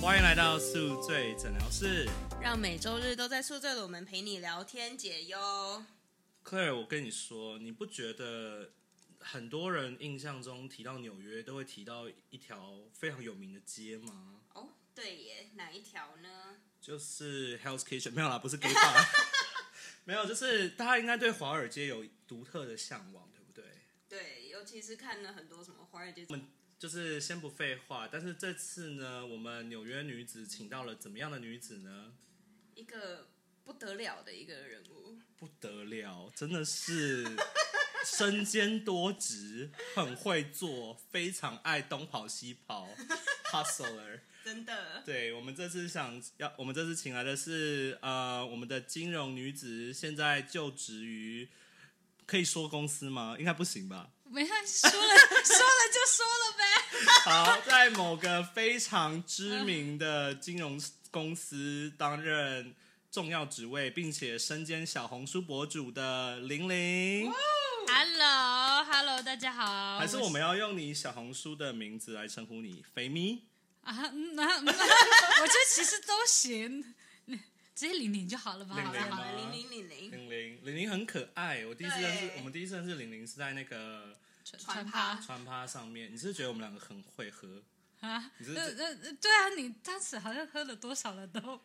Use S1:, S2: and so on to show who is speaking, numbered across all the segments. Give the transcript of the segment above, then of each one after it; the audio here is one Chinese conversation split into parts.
S1: 欢迎来到宿醉诊疗室
S2: 让每周日都在宿醉的我们陪你聊天解忧。哦
S1: ，Claire，我跟你说，你不觉得很多人印象中提到纽约都会提到一条非常有名的街吗？
S2: 哦，对耶，哪一条呢？
S1: 就是 Hell's Kitchen，没有啦，不是 gay bar，没有，就是大家应该对华尔街有独特的向往，对不对？
S2: 对，尤其是看了很多什么华尔街，
S1: 就是先不废话，但是这次呢，我们纽约女子请到了怎么样的女子呢？
S2: 一个不得了的一个人物。
S1: 不得了，真的是身兼多职，很会做，非常爱东跑西跑，hustler。
S2: 真的，
S1: 对我们这次想要，我们这次请来的是呃，我们的金融女子，现在就职于，可以说公司吗？应该不行吧。
S3: 没看说了说了就说了呗。
S1: 好，在某个非常知名的金融公司担任重要职位，并且身兼小红书博主的玲玲。
S3: Hello，Hello，大家好。
S1: 还是我们要用你小红书的名字来称呼你，肥咪？
S3: 啊？嗯啊嗯啊 我觉得其实都行，直接领领就好了吧？
S1: 领
S3: 好
S1: 领
S3: 了
S1: 吗
S3: 好
S2: 好
S3: 了。
S2: 了，零零零零，
S1: 玲玲，玲玲很可爱。我第一次认识，
S2: 对
S1: 我们第一次认识玲玲是在那个
S2: 传
S3: 趴
S2: 趴
S1: 穿趴上面。你是觉得我们两个很会喝？
S3: 啊？
S1: 你是
S3: 呃呃呃对啊，你当时好像喝了多少了都？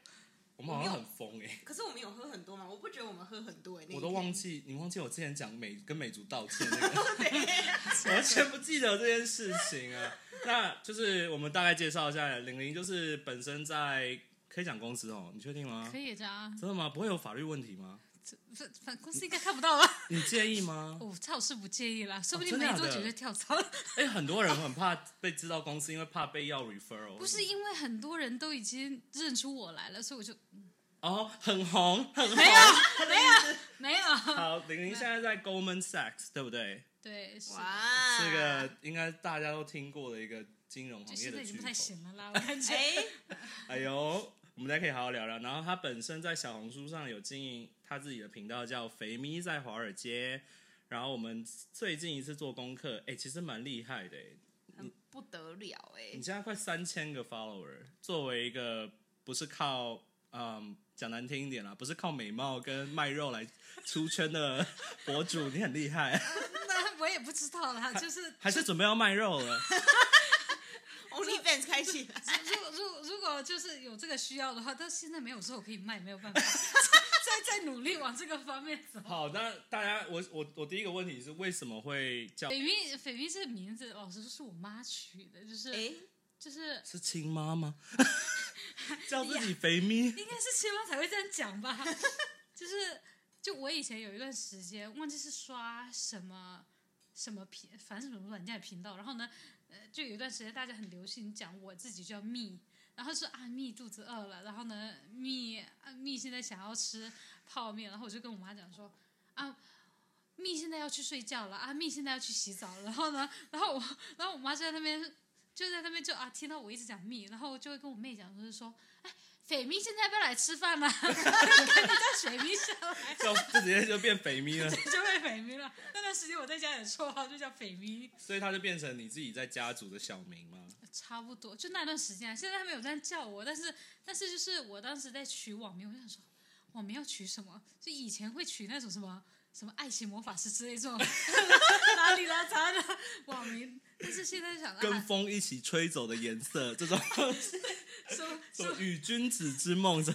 S1: 我们好像很疯哎、
S2: 可是我们有喝很多吗？我不觉得我们喝很多哎，
S1: 我都忘
S2: 记。
S1: 记你忘记我之前讲美跟美竹道歉那个，我完全不记得这件事情啊。那就是我们大概介绍一下，玲玲就是本身在可以讲公司哦，你确定吗
S3: 可？以这样啊？
S1: 真的吗？不会有法律问题吗？
S3: 反反公司应该看不到哦吧？
S1: 你介意吗？
S3: 我倒是不介意啦，说不
S1: 啊哦
S3: 定
S1: 真的假
S3: 没
S1: 的
S3: 多久就跳槽了。
S1: 哎、很多人很怕被知道公司，因为怕被要 referral。
S3: 不是因为很多人都已经认出我来了，所以我就
S1: 哦，很红，很红。
S3: 没有。
S1: 好，玲玲现在在 Goldman Sachs，对不对？
S3: 对，是
S2: 哇，
S1: 这个应该大家都听过的一个金融
S3: 就
S1: 行业
S3: 现在
S1: 的
S3: 已
S1: 巨
S3: 经不
S1: 头
S3: 太。行了啦，我 感觉。
S2: 哎，
S1: 哎呦，我们大家可以好好聊聊。然后他本身在小红书上有经营他自己的频道，叫“肥咪在华尔街”。然后我们最近一次做功课，哎、其实蛮厉害的、哎
S2: 很不得了哎
S1: 你，现在快三千个 follower，作为一个不是靠嗯讲难听一点啦，不是靠美貌跟卖肉来出圈的博主，你很厉害，
S3: 那我也不知道啦，就是
S1: 还是准备要卖肉了？
S2: OnlyFans 开 起来，
S3: 如如如果就是有这个需要的话，但现在没有肉可以卖，没有办法， 再再努力往这个方面走。
S1: 好，那大家，我我我第一个问题是为什么会叫
S3: 斐明，斐明这个名字，老实说是我妈取的，就是、
S2: 哎，
S3: 就是
S1: 是亲妈吗？ 叫自己肥咪？
S3: 应该是亲妈才会这样讲吧， 就是就我以前有一段时间忘记是刷什么什么频，反正什么软件频道，然后呢，呃，就有一段时间大家很流行讲我自己叫蜜，然后说啊蜜肚子饿了，然后呢蜜啊蜜现在想要吃泡面，然后我就跟我妈讲说啊。蜜现在要去睡觉了啊！蜜现在要去洗澡了，然后 呢，然后我，然后我妈就在那边，就在那边就啊，听到我一直讲蜜，然后就会跟我妹讲，就是说，斐明现在要不要来吃 饭呢、啊？看到叫水明上来
S1: 叫就直接就变肥咪了，
S3: 就被斐明了。那段时间我在家里的绰号就叫斐明，
S1: 所以他就变成你自己在家族的小名吗？
S3: 差不多就那段时间啊。现在他们有这样叫我，但是但是就是我当时在取网名，我就想说网名要取什么？就以前会取那种什么什么爱情魔法师之类这种 哪里拉杂的网名，但是现在就想
S1: 跟
S3: 啊，
S1: 风一起吹走的颜色，这种
S3: 什么
S1: 什
S3: 什
S1: 么
S3: 么
S1: 与君子之梦，这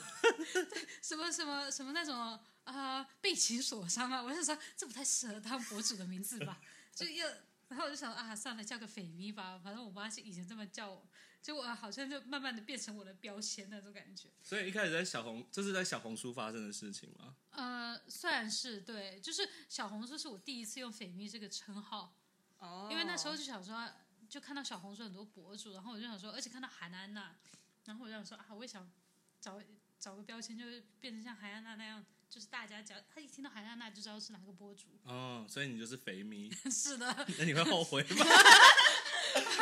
S3: 什么什么什么那种啊、被情所伤啊，我就说这不太适合当博主的名字吧，就要，然后我就想啊，算了，叫个斐咪吧，反正我妈是以前这么叫我，就我好像就慢慢的变成我的标签那种感觉。
S1: 所以一开始在小红，这是在小红书发生的事情吗？
S3: 呃，算是对，就是小红书是我第一次用斐咪这个称号，
S2: 哦
S3: 因为那时候就想说，就看到小红书很多博主，然后我就想说，而且看到韩安娜，然后我就想说啊，我也想找找个标签，就是变成像韩安娜那样，就是大家只要他一听到韩安娜就知道是哪个博主。
S1: 哦，所以你就是肥咪，
S3: 是的，
S1: 那你会后悔吗？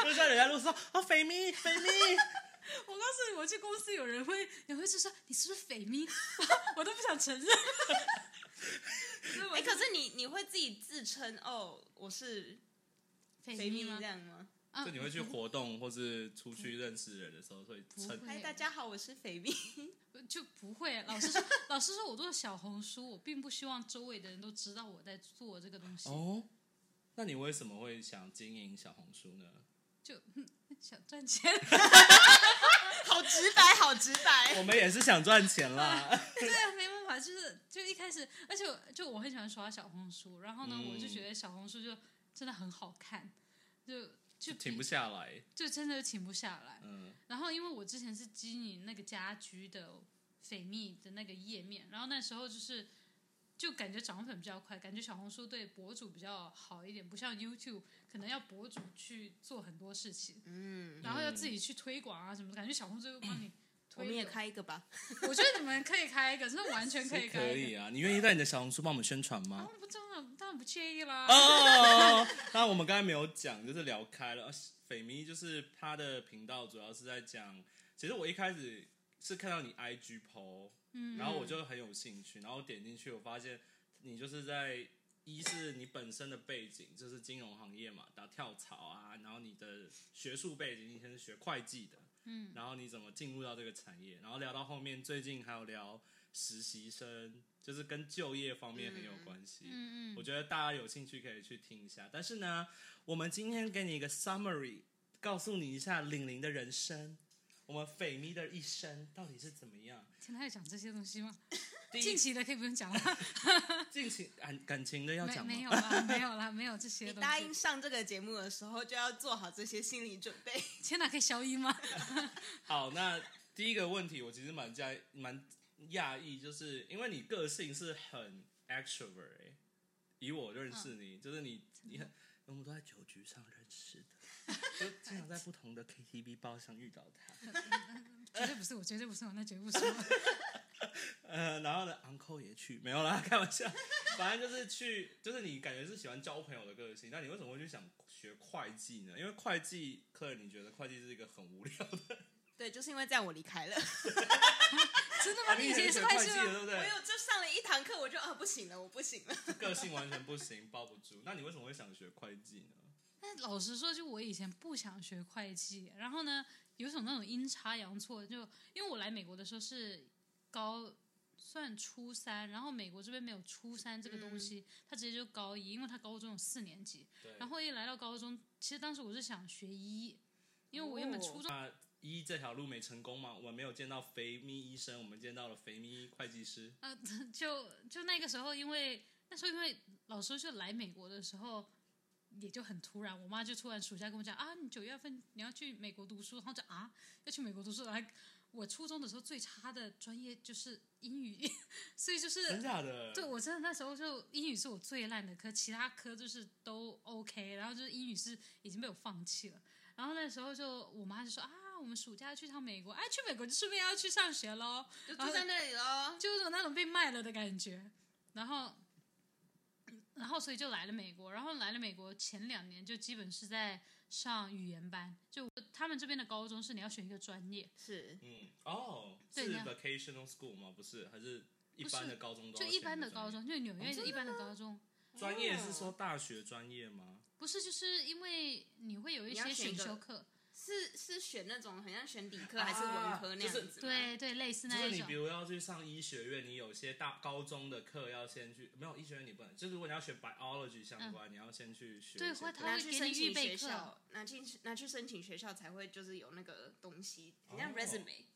S1: 就像人家都说哦，肥咪，肥咪，
S3: 我告诉你，我去公司有人会，有人会就说你是不是匪咪， 我都不想承认。所以我
S2: 哎，
S3: 就
S2: 可是你你会自己自称哦，我是
S3: 匪咪
S2: 这
S3: 吗？
S2: 样吗？
S3: 啊
S1: 就你会去活动或是出去认识人的时候，会趁
S3: 不会
S2: 嗨，大家好，我是肥斌。
S3: 就不会。老师说，老师说我做小红书，我并不希望周围的人都知道我在做这个东西，
S1: 哦。那你为什么会想经营小红书呢？
S3: 就、嗯、想赚钱。
S2: 好直白，好直白。
S1: 我们也是想赚钱啦。
S3: 对，没办法，就是就一开始，而且我就我很喜欢刷小红书，然后呢，
S1: 嗯
S3: 我就觉得小红书就真的很好看，就 就比
S1: 停不下来，
S3: 就真的停不下来。
S1: 嗯，
S3: 然后因为我之前是经营那个家居的水蜜的那个页面，然后那时候就是就感觉涨粉比较快，感觉小红书对博主比较好一点，不像 YouTube 可能要博主去做很多事情，
S2: 嗯，
S3: 然后要自己去推广啊什么的，感觉小红书就帮你
S2: 我
S3: 推。
S2: 们也，开一个吧。
S3: 我觉得你们可以开一个，真的完全可以开
S1: 可
S3: 一个。
S1: 以啊。你愿意在你的小红书帮我们宣传
S3: 然
S1: 吗
S3: 后？不真的当然不介意啦。啊
S1: 哦，那我们刚才没有讲，就是聊开了。呃斐咪就是他的频道主要是在讲，其实我一开始是看到你 IG PO，
S3: 嗯，
S1: 然后我就很有兴趣，然后点进去，我发现你就是在一是你本身的背景就是金融行业嘛，打跳槽啊，然后你的学术背景，你以前是学会计的，
S3: 嗯，
S1: 然后你怎么进入到这个产业，然后聊到后面最近还有聊实习生，就是跟就业方面很有关系，
S3: 嗯
S1: 我
S3: 嗯，
S1: 觉得大家有兴趣可以去听一下。但是呢，我们今天给你一个 summary，告诉你一下玲玲的人生，我们斐咪的一生到底是怎么样。
S3: 现在要讲这些东西吗？
S1: 第
S3: 近
S1: 一，
S3: 期的可以不用讲了，
S1: 近情感感情的要
S3: 没
S1: 讲
S3: 没有
S1: 吗？
S3: 啦，没有啦，没有这
S2: 你
S3: 些东
S2: 答
S3: 西
S2: 应。上这个节目的时候，就要做好这些心理准备。
S3: 天哪，可以消音 吗？
S1: 好，那第一个问题，我其实蛮加蛮讶异，就是因为你个性是很 extrovert，、欸、以我认识
S3: 嗯
S1: 你，就是你你很。我们都在酒局上认识的， 就经常在不同的 KTV 包厢遇到他。
S3: 绝对不是我，绝对不是我，那绝对不是我。
S1: 呃，然后呢，uncle 也去，没有啦，开玩笑， 反正就是去，就是你感觉是喜欢交朋友的个性，那你为什么会去想学会计呢？因为会计课，你觉得会计是一个很无聊 的，
S2: 对，就是因为这样我离开了。
S3: 真的吗？
S1: 你
S3: 以前
S1: 也
S3: 是
S1: 学
S3: 会
S1: 会
S3: 计啊
S1: 计的，
S3: 吗？
S1: 对不
S2: 我
S1: 对？
S2: 有就上了一堂课，我就啊不行了，我不行了。
S1: 个性完全不行，包不住。那你为什么会想学会计呢？
S3: 但老实说，就我以前不想学会计，然后呢，有种那种阴差阳错，就因为我来美国的时候是高算初三，然后美国这边没有初三这个东西，
S1: 嗯
S3: 他直接就高一，因为他高中有四年级，
S1: 对，
S3: 然后一来到高中，其实当时我是想学医，因为我
S1: 哦
S3: 原本初中、
S1: 那一这条路没成功嘛，我们没有见到肥咪医生，我们见到了肥咪会计师。
S3: 就就那个时候，因为那时候因为老师就来美国的时候。也就很突然，我妈就突然暑假跟我讲啊，你九月份你要去美国读书，然后就啊要去美国读书，然后我初中的时候最差的专业就是英语， 所以就是
S1: 真假的？
S3: 对，我真的那时候就英语是我最烂的科，其他科就是都 OK，然后就是英语是已经被我放弃了。然后那时候就我妈就说啊，我们暑假去趟美国，哎、去美国就顺便要去上学喽，
S2: 就住在那里喽。
S3: 就有那种被卖了的感觉。然后，然后所以就来了美国，然后来了美国前两年就基本是在上语言班，就他们这边的高中是你要选一个专业，
S2: 是，
S1: 嗯，哦，
S3: 对
S1: 是
S3: 你要
S1: vocational school 吗？不是，还是一
S3: 不
S1: 般
S3: 是
S1: 的高中都
S3: 就
S1: 要
S3: 一
S1: 选
S3: 般的
S1: 专业。
S3: 高
S1: 哦
S3: 中，就纽约一般的高中。哦
S1: 专业是说大学专业吗？
S3: 不是，就是因为你会有一
S2: 你要
S3: 些
S2: 选一
S3: 选
S2: 个
S3: 修课，
S2: 是是选那种很像选理科还是文科那样
S1: 啊就
S2: 子？，
S3: 对对，类似
S1: 就
S3: 那
S1: 是
S3: 一
S1: 你
S3: 种
S1: 比。如要去上医学院，你有些大高中的课要先去，没有医学院你不能，就是如果你要学 biology 相关，你要先去学一
S3: 对
S1: 些
S3: 会
S1: 课
S2: 拿
S3: 他会
S2: 去
S3: 给
S2: 申
S3: 你
S2: 请
S3: 预备
S2: 学
S3: 课
S2: 校，拿去拿去申请学校才会就是有那个东西，很像
S1: 哦
S2: resume。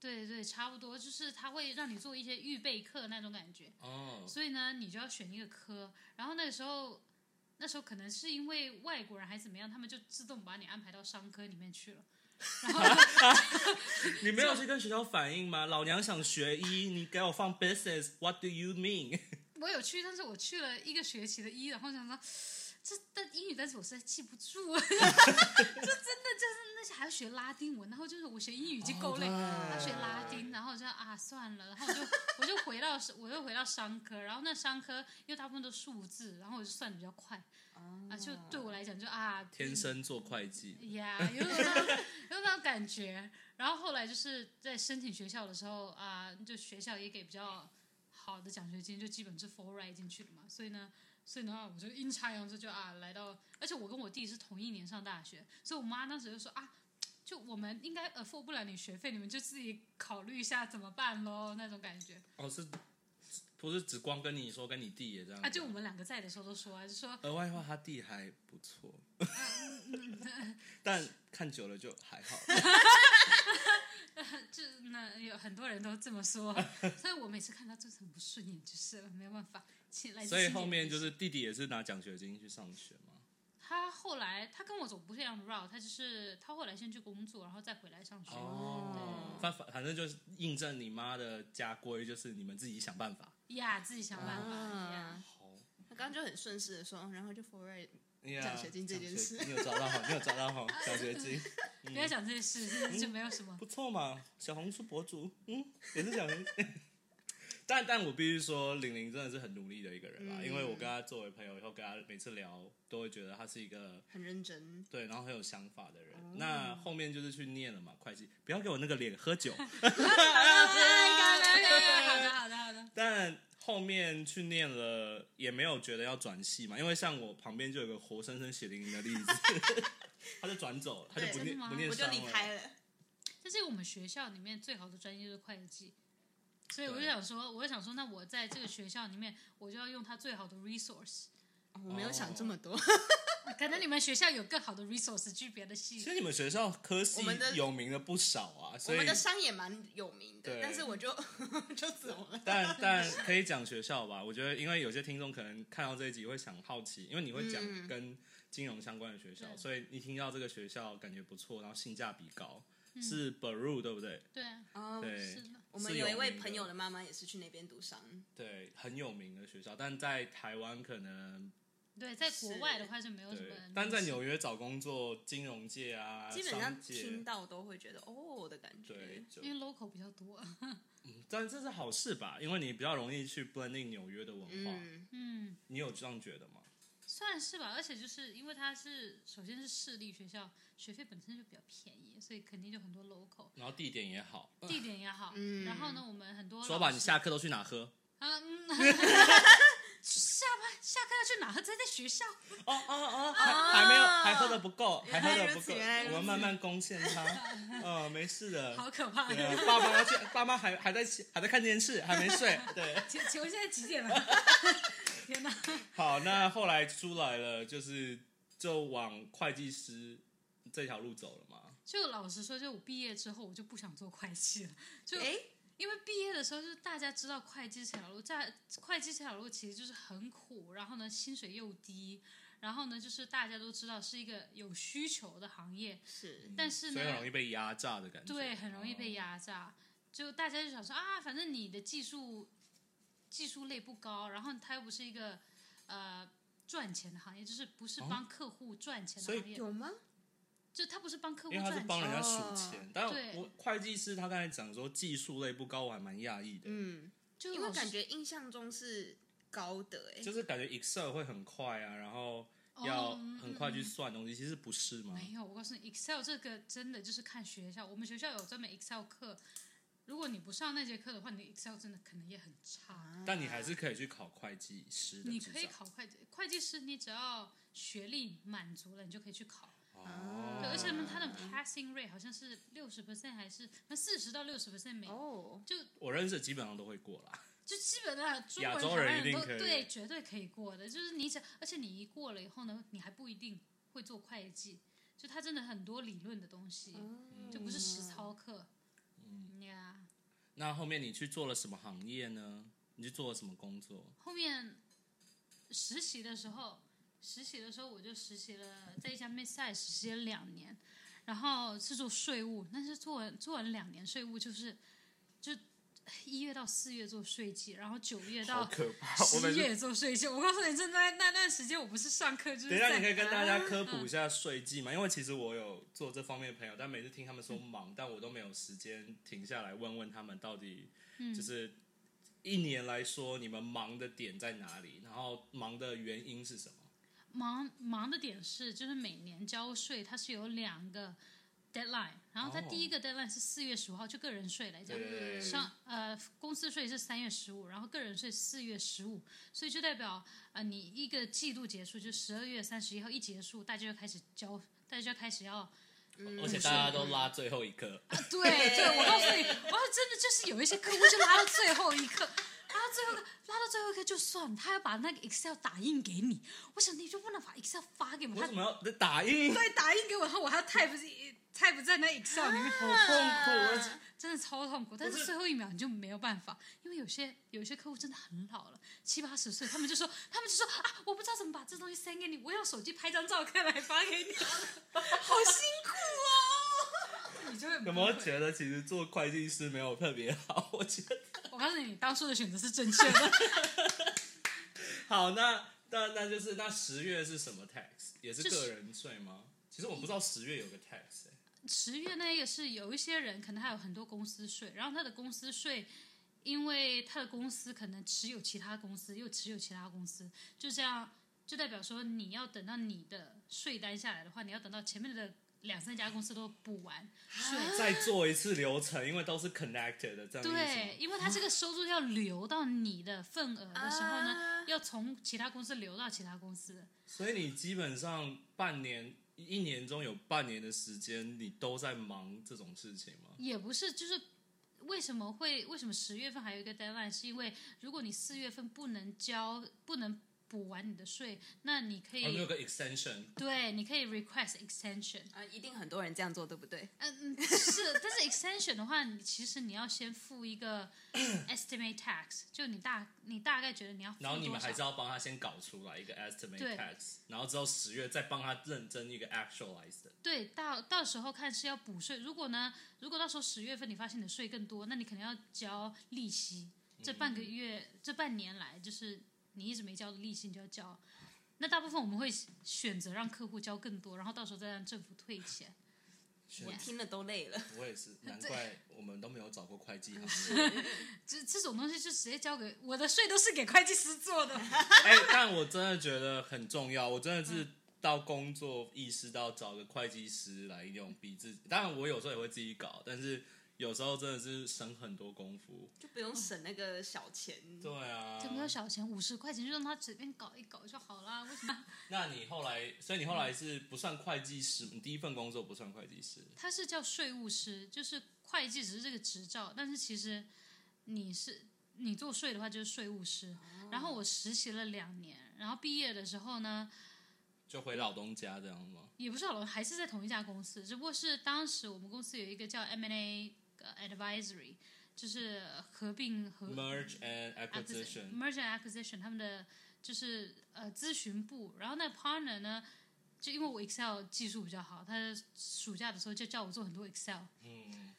S3: 对对，差不多，就是它会让你做一些预备课那种感觉。
S1: 哦，
S3: 所以呢，你就要选一个科。然后那个时候，那时候可能是因为外国人还是怎么样，他们就自动把你安排到商科里面去了。
S1: 你没有去跟学校反映吗？老娘想学医，你给我放 business，what do you mean？
S3: 我有去，但是我去了一个学期的一，然后想说，这但英语单词我实在记不住， 就真的就是那些还要学拉丁文，然后就是我学英语已经够累了，
S1: 哦
S3: 还要学拉丁，然后我就啊算了，然后我就 我就回到我又回到商科，然后那商科因为大部分都数字，然后我就算的比较快
S2: 哦
S3: 啊，就对我来讲就啊
S1: 天生做会计，
S3: 呀有种那种有那种感觉。然后后来就是在申请学校的时候啊、就学校也给比较好的奖学金，就基本是 full ride 进去了嘛，所以呢，所以呢，我就阴差阳错就啊来到，而且我跟我弟是同一年上大学，所以我妈当时就说啊，就我们应该 afford 不了你学费，你们就自己考虑一下怎么办咯，那种感觉
S1: 哦，是不是只光跟你说，跟你弟也这样？
S3: 啊，就我们两个在的时候都说啊，就说
S1: 额外话，他弟还不 错，但看久了就还 好。
S3: 这那有很多人都这么 说，所以我每次看他就是很不顺眼，就是了没有办法。亲来自
S1: 所以
S3: 亲
S1: 后
S3: 姐
S1: 面
S3: 妹
S1: 就是弟弟也是拿奖学金去上学嘛。
S3: 他后来他跟我走不是一样的 route，他就是他后来先去工作，然后再回来上学。
S1: 哦，反反反正就是印证你妈的家规，就是你们自己想办法。
S3: 呀，自己想办法。呀
S2: 啊，
S1: 好，哎
S2: 他刚刚就很顺势的说，嗯然后就 forward 奖学金这件事
S1: 奖学你有找到 好，你有找到好奖学 金，
S3: 不要讲这些事，真的就没有什 么。
S1: 不错嘛，小红书博主， 嗯，也是奖学金。但但我必须说，玲玲真的是很努力的一个人啦，
S2: 嗯
S1: 因为我跟她作为朋友以后，跟她每次聊，都会觉得她是一个
S2: 很认真，
S1: 对，然后很有想法的人。那后面就是去念了嘛，会计。不要给我那个脸，喝 酒。
S3: 哎好的，好的，好的。
S1: 但后面去念了，也没有觉得要转系嘛，因为像我旁边就有个活生生血淋淋的 例子，他就转走了，他就不
S2: 对
S3: 真
S1: 念
S3: 的吗
S1: 不念
S2: 我就
S1: 商
S2: 离
S1: 了。
S2: 开了。
S3: 但是我们学校里面最好的专业就是会计，所以我就
S1: 对
S3: 想说，我就想说，那我在这个学校里面，我就要用它最好的 resource。
S2: 哦我没有想这么 多，
S3: 可能你们学校有更好的 resource 去别 的
S1: 其
S3: 系
S1: 实你们学校科系
S2: 我们的
S1: 有名的不少啊，
S2: 我
S1: 所以
S2: 们的商也蛮有名的
S1: 对，
S2: 但是我就 就走了。
S1: 但但可以讲学校吧。我觉得，因为有些听众可能看到这一集会想好奇，因为你会讲
S2: 嗯
S1: 跟金融相关的学校，
S3: 对
S1: 所以你听到这个学校感觉不错，然后性价比高，是 Baru 对不对？
S3: 对啊，
S2: 嗯哦，
S1: 对
S3: 是的。
S2: 我们有一位朋友的妈妈也是去那边读商，
S1: 对，很有名的学校，但在台湾可能
S3: 对，在国
S2: 是
S3: 外的话就没有什
S1: 对
S3: 么，，
S1: 但在纽约找工作，金融界啊，
S2: 基本上
S1: 商界
S2: 听到都会觉得哦的感
S1: 对
S2: 觉。，
S1: 就
S3: 因为 local 比较多。
S1: 但这是好事吧，因为你比较容易去 blend in 纽约的文化，
S2: 嗯，
S3: 嗯，
S1: 你有这样觉得吗？
S3: 算是吧，而且就是因为它是首先是私立学校，学费本身就比较便宜，所以肯定就很多 local，
S1: 然后地点也好，
S3: 地点也好。
S2: 嗯
S3: 然后呢，我们很多
S1: 说吧，
S3: 老师
S1: 你下课都去哪 喝？
S3: 啊， 嗯下班下课要去哪？在在学校，
S1: 哦哦哦，还还没有，还喝的不够，还
S2: 原
S1: 喝
S2: 来
S1: 的
S2: 如
S1: 不
S2: 此
S1: 够
S2: 原来，如
S1: 我们慢慢攻陷他。 哦，没事的。
S3: 好可怕！
S1: 对啊爸妈要去，爸妈还还在还在看电视，还没睡。对，
S3: 球球现在几点了？ 天哪！
S1: 好，那后来出来了，就是就往会计师这条路走了嘛。
S3: 就老实说，就我毕业之后，我就不想做会计了，就
S2: 哎，
S3: 因为毕业的时候，就是大家知道会计这条路，在会计这条路其实就是很苦，然后呢，薪水又低，然后呢，就是大家都知道是一个有需求的行业，
S2: 是
S3: 但是
S1: 嗯所
S3: 呢
S1: 以很容易被压榨的感觉。
S3: 对，很容易被
S1: 哦。
S3: 压榨。就大家就想说啊，反正你的技术技术类不高，然后它又不是一个呃赚钱的行业，就是不是
S1: 哦
S3: 帮客户赚钱的
S1: 所以
S3: 行业，
S2: 有吗？
S3: 就它不是帮客户
S1: 哦因为他是
S3: 赚
S1: 帮
S3: 钱。哦
S1: 人家数钱，但
S3: 对
S1: 我会计师他刚才讲说技术类不高，我还蛮讶异的，
S2: 嗯，
S3: 就
S2: 因为
S3: 老
S2: 感
S3: 师
S2: 觉印象中是高的哎，
S1: 就是感觉 Excel 会很快啊，然后
S3: 哦
S1: 要
S3: 嗯
S1: 很快
S3: 嗯
S1: 去
S3: 嗯
S1: 算东西，其实不是吗？
S3: 没有，啊我告诉你，Excel 这个真的就是看学校，我们学校有专门 Excel 课。如果你不上那节课的话，你的 Excel 真的可能也很差。
S2: 啊
S1: 但你还是可以去考会计师的
S3: 你
S1: 执
S3: 可以
S1: 照。
S3: 考会计，会计师你只要学历满足了，你就可以去考。啊
S1: 哦，
S3: 对，而且他们他的
S2: 嗯
S3: passing rate 好像是六十 percent 还是那四十到六十 percent 每，
S2: 哦，
S3: 就
S1: 我认识的基本上都会过啦。
S3: 就基本上中
S1: 亚
S3: 国
S1: 洲
S3: 台
S1: 人
S3: 湾
S1: 一定
S3: 都
S1: 可以
S3: 对，绝对可以过的。就是你想，而且你一过了以后呢，你还不一定会做会计，就它真的很多理论的东西，
S1: 嗯
S2: 嗯
S3: 就不是实操课。嗯呀
S1: 那后面你去做了什么行业呢？你去做了什么工作？
S3: 后面实习的时候，实习的时候我就实习了，在一家 Midside 实习了两年，然后是做税务，但是做完做完两年税务就是就一月到四月做税计，然后九月到
S1: 可怕
S3: 十月做税计。我告诉你，真的那那段时间我不是上课就是
S1: 等一下，你可
S3: 在嗯
S1: 以跟大家科普一下税计嘛，因为其实我有做这方面的朋友，但每次听他们说忙，但我都没有时间停下来问问他们到底
S3: 嗯
S1: 就是一年来说你们忙的点在哪里，然后忙的原因是什么？
S3: 忙忙的点是，就是每年交税它是有两个 deadline，然后他
S1: 哦
S3: 第一个 deadline 是四月十五号，就个人税来讲
S1: 对，对对对，
S3: 上呃公司税是三月十五，然后个人税四月十五，所以就代表呃你一个季度结束就十二月三十一号一结束，大家就开始交，大家就开始要
S2: 嗯
S1: 而且大家都拉最后一刻，
S3: 啊对对，我告诉你，我真的就是有一些客户就拉到最后一刻，拉到最后一刻，拉到最后一刻就算，他要把那个 Excel 打印给你，我想你就不能把 Excel 发给我，
S1: 为
S3: 他
S1: 什么要打印？
S3: 对打印给我，然后我还要 type 进 type 在那 Excel 里面，
S1: 好痛苦啊而
S2: 啊
S1: 且
S3: 真的超痛苦。但
S1: 不
S3: 是
S1: 是
S3: 最后一秒你就没有办法，因为有些有些客户真的很老了，七八十岁，他们就说他们就说啊，我不知道怎么把这东西 send 给你，我用手机拍张照片来发给你，好辛
S2: 哦
S3: 苦 哦。你就会
S1: 有没有
S3: 崩溃
S1: 觉得其实做会计师没有特别好？ 我觉得
S3: 我告诉你，你当初的选择是正确的，
S1: 好，那那那就是那十月是什么 tax？也是个人税吗？其实我不知道十月有个 tax，、欸、
S3: 十月那一个是有一些人可能还有很多公司税，然后他的公司税，因为他的公司可能持有其他公司，又持有其他公司，就这样就代表说你要等到你的税单下来的话，你要等到前面的两三家公司都补完税。
S1: 再做一次流程，因为都是 connected 的，这样的意思吗
S3: 对，因为他这个收入要流到你的份额的时候呢，
S2: 啊
S3: 要从其他公司流到其他公司。
S1: 所以你基本上半年一年中有半年的时间，你都在忙这种事情吗？
S3: 也不是，就是为什么会为什么十月份还有一个 deadline，是因为如果你四月份不能交，不能补完你的税，那你可以、
S1: 哦，你有个 extension，
S3: 对，你可以 request extension。
S2: 啊，一定很多人这样做，对不对？
S3: 嗯，嗯是，但是 extension 的话，你其实你要先付 一个 estimate tax，就你大你大概觉得你要付
S1: 然后你
S3: 多
S1: 们还是
S3: 少。
S1: 要帮他先搞出来一个 estimate
S3: 对
S1: tax，然后之后十月再帮他认真一个 actualize 的。
S3: 对，到到时候看是要补税。如果呢，如果到时候十月份你发现你的税更多，那你可能要交利息。这半个月、这半年来，就是你一直没交的利息，你就要交。那大部分我们会选择让客户交更多，然后到时候再让政府退钱。
S2: 我听了都累了。
S1: 我也是，难怪我们都没有找过会计行业。
S3: 这这种东西就直接交给我的税都是给会计师做 的。
S1: 哎、但我真的觉得很重要，我真的是到工作意识到找个会计师来用，比自己。当然，我有时候也会自己搞，但是有时候真的是省很多功夫。
S2: 就不用省那个小钱。
S1: 对啊，
S3: 这没有小钱，五十块钱就让他随便搞一搞就好啦。为什么？
S1: 那你后来，所以你后来是不算会计师，你第一份工作不算会计师，
S3: 他是叫税务师，就是会计只是这个执照，但是其实你是你做税的话就是税务师。然后我实习了两年，然后毕业的时候呢，
S1: 就回老东家这样吗？
S3: 也不是老还是在同一家公司，只不过是当时我们公司有一个叫 M&A 呃 Advisory，就是合并合
S1: Merge and acquisition，
S3: merger 嗯 acquisition 他们的就是呃咨询部，然后那 partner 呢，就因为我 Excel 技术比较好，他暑假的时候就叫我做很多 Excel，
S1: 嗯，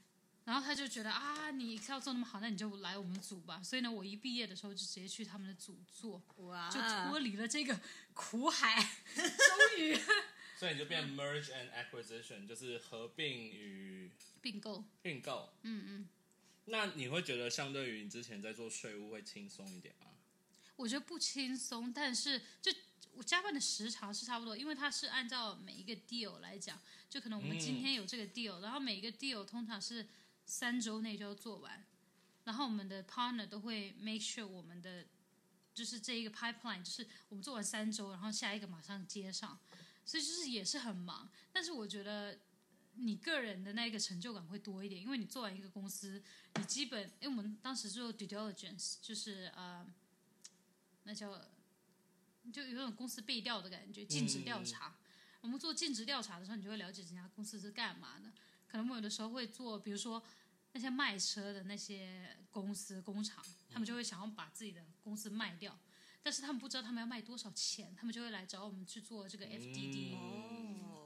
S3: 然后他就觉得啊，你 Excel 做那么好，那你就来我们组吧。所以呢，我一毕业的时候就直接去他们的组做，
S2: 哇，
S3: 就脱离了这个苦海，终于
S1: 所以你就
S3: 嗯
S1: 变 merge and acquisition，就是合并与
S3: 并购。
S1: 并购。
S3: 嗯嗯，
S1: 那你会觉得相对于你之前在做税务会轻松一点吗？
S3: 我觉得不轻松，但是就我加班的时长是差不多，因为它是按照每一个 deal 来讲，就可能我们今天有这个 deal，、然后每一个 deal 通常是三周内就要做完，然后我们的 partner 都会 make sure 我们的就是这一个 pipeline，就是我们做完三周，然后下一个马上接上，所以就是也是很忙，但是我觉得。你个人的那个成就感会多一点，因为你做完一个公司，你基本，因为我们当时做 due diligence，就是呃，那叫就有种公司背调的感觉，禁止调查。我们做尽职调查的时候，你就会了解人家公司是干嘛的。可能我有的时候会做，比如说那些卖车的那些公司工厂，他们就会想要把自己的公司卖掉，但是他们不知道他们要卖多少钱，他们就会来找我们去做这个 FDD。
S2: 哦
S1: 嗯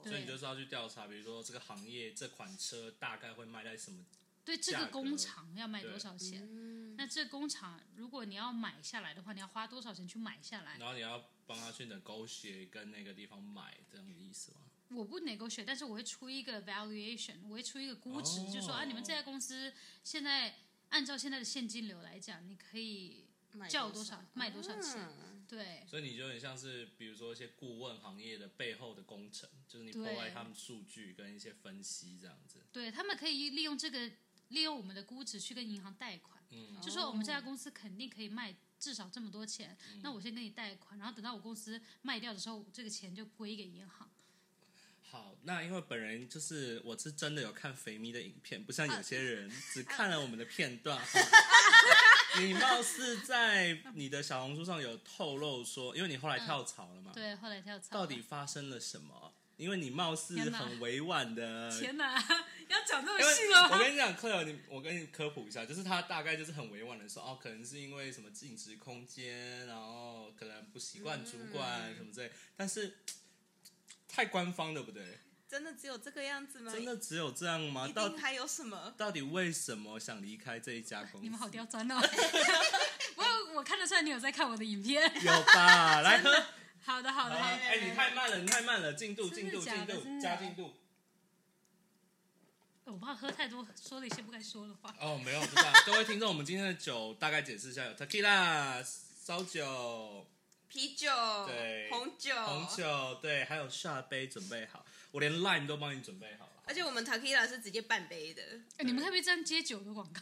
S1: 所以你
S3: 对
S1: 就是要去调查，比如说这个行业这款车大概会卖在什么？
S3: 对这
S1: 价
S3: 个
S1: 格
S3: 工厂要卖多少钱？
S2: 嗯，
S3: 那这工厂如果你要买下来的话，你要花多少钱去买下来？
S1: 然后你要帮他去 negotiate 跟那个地方买，这样的意思吗？
S3: 我不 negotiate，但是我会出一个 valuation，我会出一个估值，
S1: 哦
S3: 就说啊，你们这家公司现在按照现在的现金流来讲，你可以
S2: 那
S3: 叫多少卖多少钱
S2: 嗯
S3: 对
S1: 所以你就很像是，比如说一些顾问行业的背后的工程，就是你
S3: 对
S1: provide 他们数据跟一些分析这样子。
S3: 对，他们可以利用这个利用我们的估值去跟银行贷款。
S1: 嗯，
S3: 就说我们这家公司肯定可以卖至少这么多钱，
S1: 嗯
S3: 那我先给你贷款，然后等到我公司卖掉的时候，这个钱就归给银行。
S1: 好，那因为本人就是我是真的有看肥咪的影片，不像有些人只看了我们的片段。你貌似在你的小红书上有透露说，因为你后来跳槽了嘛，
S3: 对，后来跳槽。
S1: 到底？发生了什么？因为你貌似
S3: 天哪
S1: 很委婉的
S3: 天哪， 要讲那么
S1: 嗯因为
S3: 细了
S1: 我
S3: 吗？
S1: 跟你讲，克友，你我跟你科普一下，就是他大概就是很委婉的说，哦，可能是因为什么禁止空间，然后可能不习惯主管
S2: 嗯
S1: 什么之类，但是太官方了，不对？
S2: 真的只有这个样子吗？
S1: 真的只有这样吗？
S2: 一
S1: 到
S2: 定还有什么？
S1: 到底为什么想离开这一家公司？
S3: 你们好刁钻 哦！不过我看得出来你有在看我的影片。
S1: 有吧？来喝，
S3: 好的，好
S1: 好
S3: 的，
S1: 啊
S3: 好
S2: 来
S3: 的
S1: 哎，你太慢了，你太慢了，进度，
S3: 真
S1: 进
S3: 的
S1: 度，
S3: 假
S1: 进
S3: 的
S1: 度，
S3: 真的
S1: 加进度。
S3: 哎我怕喝太多，说了一些不该说的话。
S1: 哦，没有，不知道。各位听众，我们今天的酒大概解释一下，有 tequila 烧酒。
S2: 啤酒
S1: 对、
S2: 红酒、
S1: 红酒，对，还有下杯准备好，我连 line 都帮你准备好了。
S2: 而且我们 Takila 是直接半杯的，
S3: 哎你们可不可以这样接酒的广告？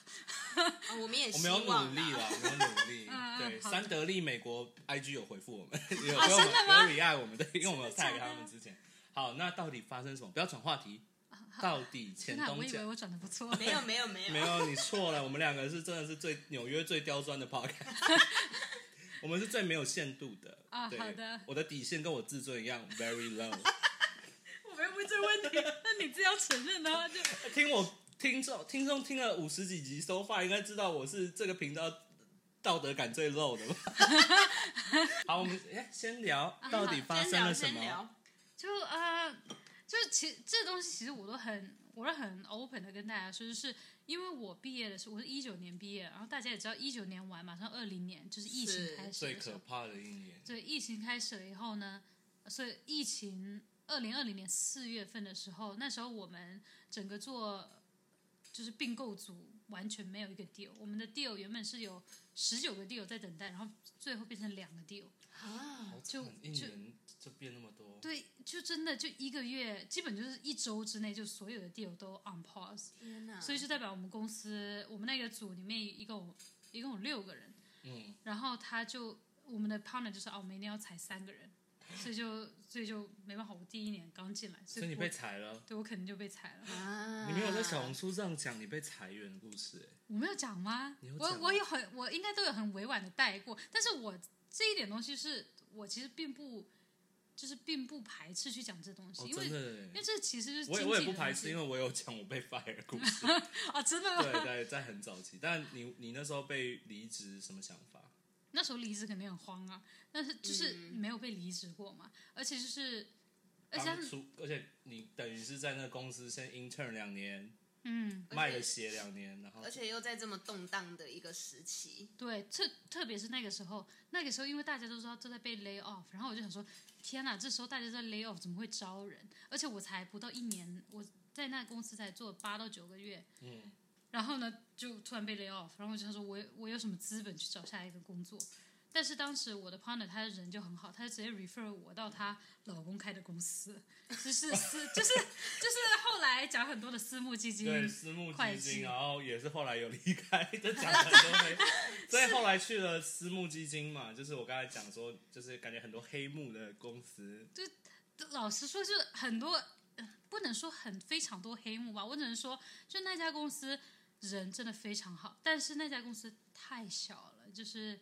S2: 啊我们也
S1: 我
S2: 希
S1: 们有努
S2: 望
S1: 力
S2: 啦
S1: 啦，我们有努 力
S3: 嗯嗯。
S1: 对，
S3: 好的
S1: 三得利美国 IG 有回复 我们，有
S3: 啊
S1: 给我们
S3: 真的
S1: 有
S3: 吗
S1: r e 我们的，因为我们有
S3: 真的
S1: 菜给
S3: 假
S1: 他
S3: 的
S1: 们之前。好，那到底发生什么？不要转话 题。到底前
S3: 天哪，我
S1: 东
S3: 以为
S1: 家
S3: 我转的不错。
S2: 没有没有没有
S1: 没有你错了，我们两个是真的是最纽约最刁钻的 podcast，我们是最没有限度的。
S3: 啊
S1: 对
S3: 好的
S1: 我的底线跟我自尊一样 very low。
S3: 我没有问这 问题，那你自己要承认啊的话就
S1: 听我听众听众听了五十几集收发，应该知道我是这个频道道德感最 low 的吧？好，我们哎先聊
S3: 啊
S1: 到底发生了什
S2: 先聊先
S1: 么？
S2: 聊
S3: 就呃，就是其这东西其实我都很，我都很 open 的跟大家说，就是因为我毕业的时候，我是一九年毕业，然后大家也知道一九年完，马上二零年就是疫情
S2: 是
S3: 开始
S1: 最
S3: 的时
S1: 可
S3: 候，
S1: 怕的一年，
S3: 对，疫情开始了以后呢，所以疫情二零二零年四月份的时候，那时候我们整个做就是并购组完全没有一个 deal，我们的 deal 原本是有十九个 deal 在等待，然后最后变成两个 deal。
S2: 啊，
S1: 好
S3: 就
S1: 惨，一
S3: 就
S1: 年就变那么多。
S3: 对，就真的就一个月，基本就是一周之内，就所有的 deal 都 on pause，、
S2: 天哪！
S3: 所以就代表我们公司我们那个组里面一共一共有六个人，
S1: 嗯，
S3: 然后他就我们的 partner 就是哦，我们一定要裁三个人，所以就所以就没办法，我第一年刚进来，所
S1: 所
S3: 以
S1: 以你
S3: 我
S1: 被裁了。
S3: 对我肯定就被裁了。
S2: 啊
S1: 你没有在小红书上讲你被裁员的故事、哎
S3: 我没有讲吗
S1: 你有？
S3: 我
S1: 讲
S3: 我
S1: 啊
S3: 有很我应该都有很委婉的带过，但是我这一点东西是我其实并不就是并不排斥去讲这东西，
S1: 哦，
S3: 因
S1: 真
S3: 为。
S1: 的、
S3: 因为
S1: 哎
S3: 这其实是
S1: 我也
S3: 经
S1: 我也
S3: 济
S1: 不
S3: 的
S1: 排
S3: 东
S1: 斥，
S3: 西
S1: 因为我有讲我 被 fire 的故事。
S3: 啊，真的吗？
S1: 对对，在很早期。但你你那时候被离职，什么想法？
S3: 那时候离职肯定很慌啊，但是就是没有被离职过嘛，而且就是，而且他
S1: 当
S3: 们
S1: 初，而且你等于是在那个公司先 intern 两年，
S3: 嗯，
S2: 而且
S1: 卖了鞋两年，然后
S2: 而且又在这么动荡的一个时期，
S3: 对，特特别是那个时候，那个时候因为大家都知道都在被 lay off，然后我就想说，天哪，这时候大家都在 lay off 怎么会招人？而且我才不到一年，我在那个公司才做八到九个月，
S1: 嗯，
S3: 然后呢就突然被 lay off，然后我就想说我有我有什么资本去找下一个工作？但是当时我的 partner 他人就很好，他就直接 refer 我到她老公开的公司，就是私就是就是后来讲很多的私募基金，
S1: 对，私募
S3: 嗯会
S1: 基
S3: 计
S1: 金，然后也是后来有离开，这讲了很多黑， 所以后来去了私募基金嘛，就是我刚才讲说，就是感觉很多黑幕的公司，
S3: 老实说，就是很多，呃不能说很非常多黑幕吧，我只能说，就那家公司人真的非常好，但是那家公司太小了，就是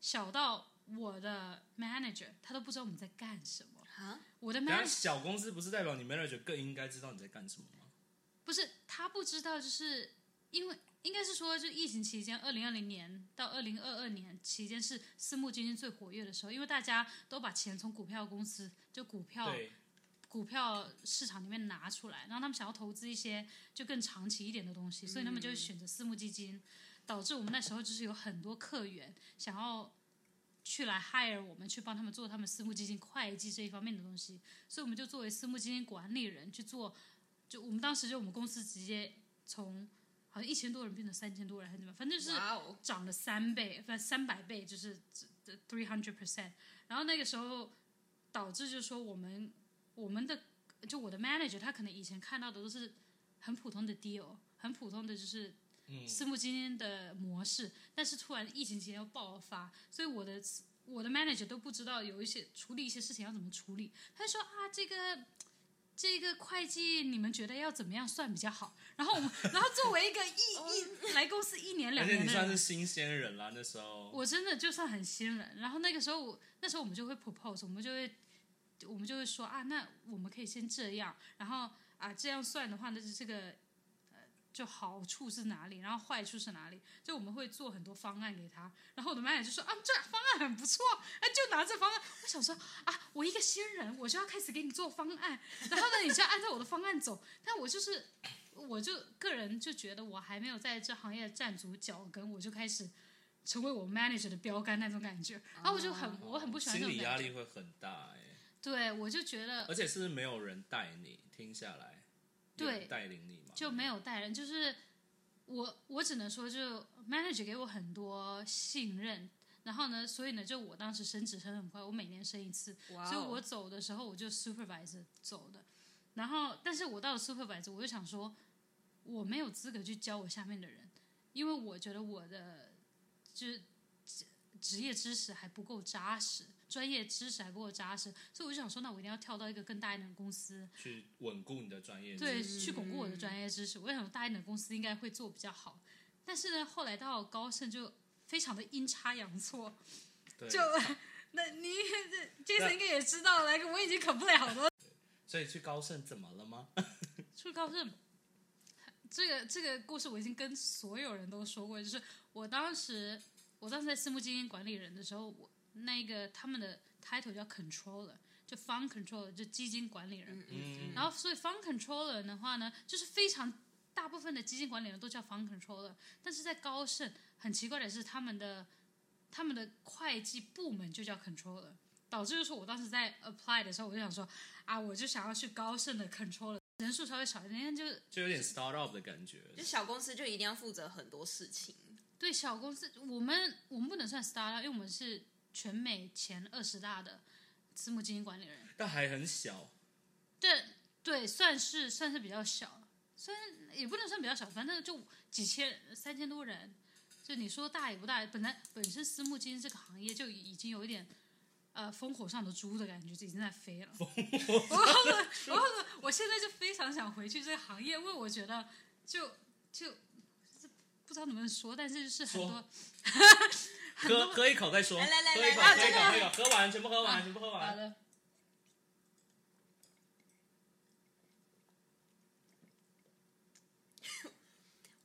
S3: 小到我的 manager 他都不知道我们在干什么。
S2: 啊，
S3: 我的
S1: 然后
S3: manager
S1: 小公司不是代表你 manager 更应该知道你在干什么吗？
S3: 不是他不知道，就是因为应该是说，就疫情期间，二零二零年到二零二二年期间是私募基金最活跃的时候，因为大家都把钱从股票公司就股票
S1: 对，
S3: 股票市场里面拿出来，然后他们想要投资一些就更长期一点的东西，所以他们就会选择私募基金，导致我们那时候就是有很多客源想要去来 hire 我们去帮他们做他们私募基金会计这一方面的东西，所以我们就作为私募基金管理人去做，就我们当时就我们公司直接从好像一千多人变成三千多人还是怎么样，反正就是呃
S2: 哇哦，
S3: 涨了三倍，反正三百倍，就是 three hundred percent。然后那个时候导致就是说我们我们的就我的 manager 他可能以前看到的都是很普通的 deal，很普通的就是
S1: 嗯
S3: 私募基金的模式，但是突然疫情期间又爆发，所以我的我的 manager 都不知道有一些处理一些事情要怎么处理，他就说啊这个。这个会计你们觉得要怎么样算比较好？然后我们， 然后作为一个一一来公司一年
S1: 而
S3: 两
S1: 且
S3: 年
S1: 你
S3: 的
S1: 算
S3: 人
S1: 是，新鲜人啦，那时候
S3: 我真的就算很新人。然后那个时候我，那时候我们就会 propose，我们就会，我们就会说啊，那我们可以先这样，然后啊这样算的话，那就这个，呃，就好处是哪里，然后坏处是哪里，就我们会做很多方案给他。然后我的妈呀，就说啊，这方案很不错，哎、就拿这方案。我想说啊，我一个新人，我就要开始给你做方案，然后呢，你就要按照我的方案走。但我就是。我就个人就觉得我还没有在这行业站足脚跟，我就开始成为我 manager 的标杆那种感觉，然后我就很我很不喜欢这
S1: 心
S3: 种
S1: 理压
S3: 感觉。
S1: 力会很大哎，
S3: 对，我就觉得
S1: 而且是没有人带你，听下来，有人
S3: 对
S1: 带领你嘛，
S3: 就没有带人，就是我我只能说，就 manager 给我很多信任，然后呢，所以呢，就我当时升职升得很快，我每年升一次，
S2: 哇哦嗯
S3: 所以我走的时候我就 supervisor 走的，然后但是我到了 supervisor，我就想说我没有资格去教我下面的人，因为我觉得我的就是职职业知识还不够扎实，专业知识还不够扎实，所以我就想说，那我一定要跳到一个更大一点的公司，
S1: 去稳固你的专业，
S3: 对，
S2: 识
S3: 去巩固我的专业知识。我想大一点的公司应该会做比较好，但是呢，后来到高盛就非常的阴差阳错，
S1: 对，
S3: 就那你这 Jason 应该也知道，来，我已经 complain 好多。
S1: 所以去高盛怎么了吗？
S3: 去高盛，这个这个故事我已经跟所有人都说过，就是我当时我当时在私募基金管理人的时候，我那个他们的 title 叫 controller，就 fund controller，就基金管理人。
S1: 嗯，
S3: 然后，所以 fund controller 的话呢，就是非常大部分的基金管理人都叫 fund controller，但是在高盛很奇怪的是，他们的他们的会计部门就叫 controller，导致就是我当时在 apply 的时候，我就想说啊，我就想要去高盛的 controller，人数稍微少一点，就
S1: 就有点 start up 的感 觉，
S2: 就小公司就一定要负责很多事情，
S3: 对小公司，我们我们不能算 startup，因为我们是全美前二十大的私募基金管理人，
S1: 但还很小，
S3: 对对，算是算是比较小，虽然也不能算比较小，反正就几千三千多人，就你说大也不大，本来本身私募基金这个行业就已经有一点。呃，烽火上的猪的感觉就已经在飞了。我我我现在就非常想回去这个行业，因为我觉得就就不知道能不能说，但是就是很
S1: 说
S3: 多
S1: 喝喝一口再说，
S2: 来来来
S1: 喝一口，
S2: 来
S1: 喝一口，
S2: 来
S1: 喝一口，喝完全部喝完，
S3: 啊
S1: 全部喝
S3: 好
S1: 完，
S3: 的。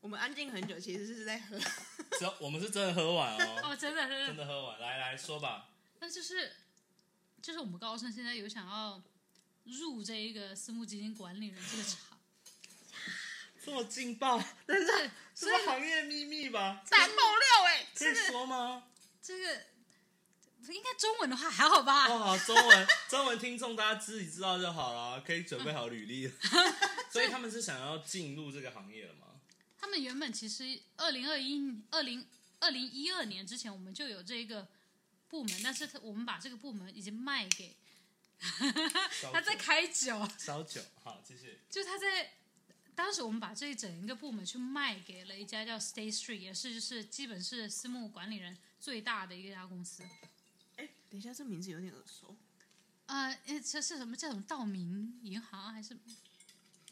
S2: 我们安静很久，其实是在 喝。
S1: 只要我们是真的喝完哦，
S3: 哦，真的真的
S1: 真的喝完，来来说吧，
S3: 那就是就是我们高盛现在有想要入这一个私募基金管理人这个场，
S1: 这么劲爆，但是是不是行业秘密吧？
S2: 大爆料
S3: 欸
S2: 哎、
S1: 可以说吗？
S3: 这个应该中文的话还 好吧？
S1: 哦，好，中文中文听众大家自己知道就好了，可以准备好履历了。所以他们是想要进入这个行业了吗？
S3: 他们原本其实二零二一、二零二零一二年之前我们就有这个部门，但是他我们把这个部门已经卖给
S1: 烧
S3: 他在
S1: 酒
S3: 开酒，
S1: 烧酒，好，继续。
S3: 就他在当时我们把这一整一个部门去卖给了一家叫 Stay Street，也是就是基本是私募管理人最大的一家公司。
S2: 哎等一下，这名字有点耳熟。
S3: 呃，诶这是什么叫什么道明银行啊还是
S2: 我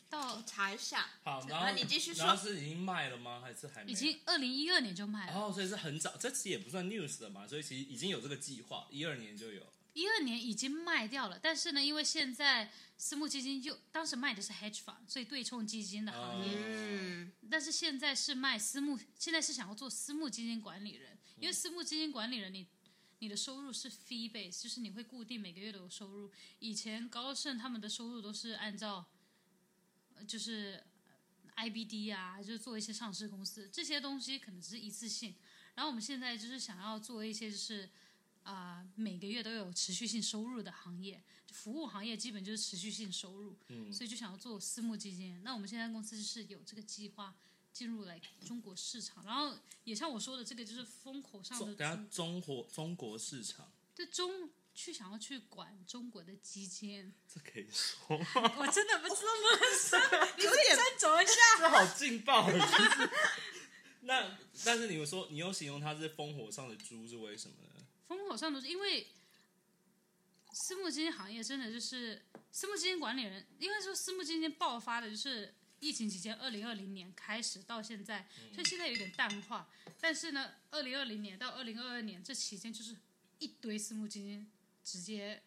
S3: 道？
S2: 查一下，
S1: 好，然
S2: 那
S1: 后
S2: 你继续说
S1: 然后是已经卖了吗？还是还没？
S3: 已经二零一二年就卖了，
S1: 哦，所以是很早，这其实也不算 news 的嘛，所以其实已经有这个计划，一二年就有。
S3: 一二年已经卖掉了。但是呢，因为现在私募基金又当时卖的是 hedge fund，所以对冲基金的行业，
S2: 嗯，
S3: 但是现在是卖私募，现在是想要做私募基金管理人，因为私募基金管理人你。你的收入是 fee base，就是你会固定每个月都有收入。以前高盛他们的收入都是按照，呃就是 IBD 啊，就是做一些上市公司这些东西，可能只是一次性。然后我们现在就是想要做一些就是啊、每个月都有持续性收入的行业，就服务行业基本就是持续性收入，
S1: 嗯
S3: 所以就想要做私募基金。那我们现在公司就是有这个计划，进入来中国市场，然后也像我说的，这个就是风口上
S1: 中
S3: 的
S1: 等下
S3: 猪，
S1: 中国中国市场，
S3: 对中去想要去管中国的基建，
S1: 这可以说吗，
S2: 嗯
S3: 我真的不知道那么深，
S2: 有点
S3: 斟酌一下。
S1: 这好劲爆。就是那但是你们说，你又形容它是烽火上的猪，是为什么呢？
S3: 风口上的，因为私募基金行业真的就是私募基金管理人，应该说私募基金爆发的就是疫情期间，二零二零年开始到现在，
S1: 嗯
S3: 所以现在有点淡化。但是呢，二零二零年到二零二二年这期间，就是一堆私募基金直接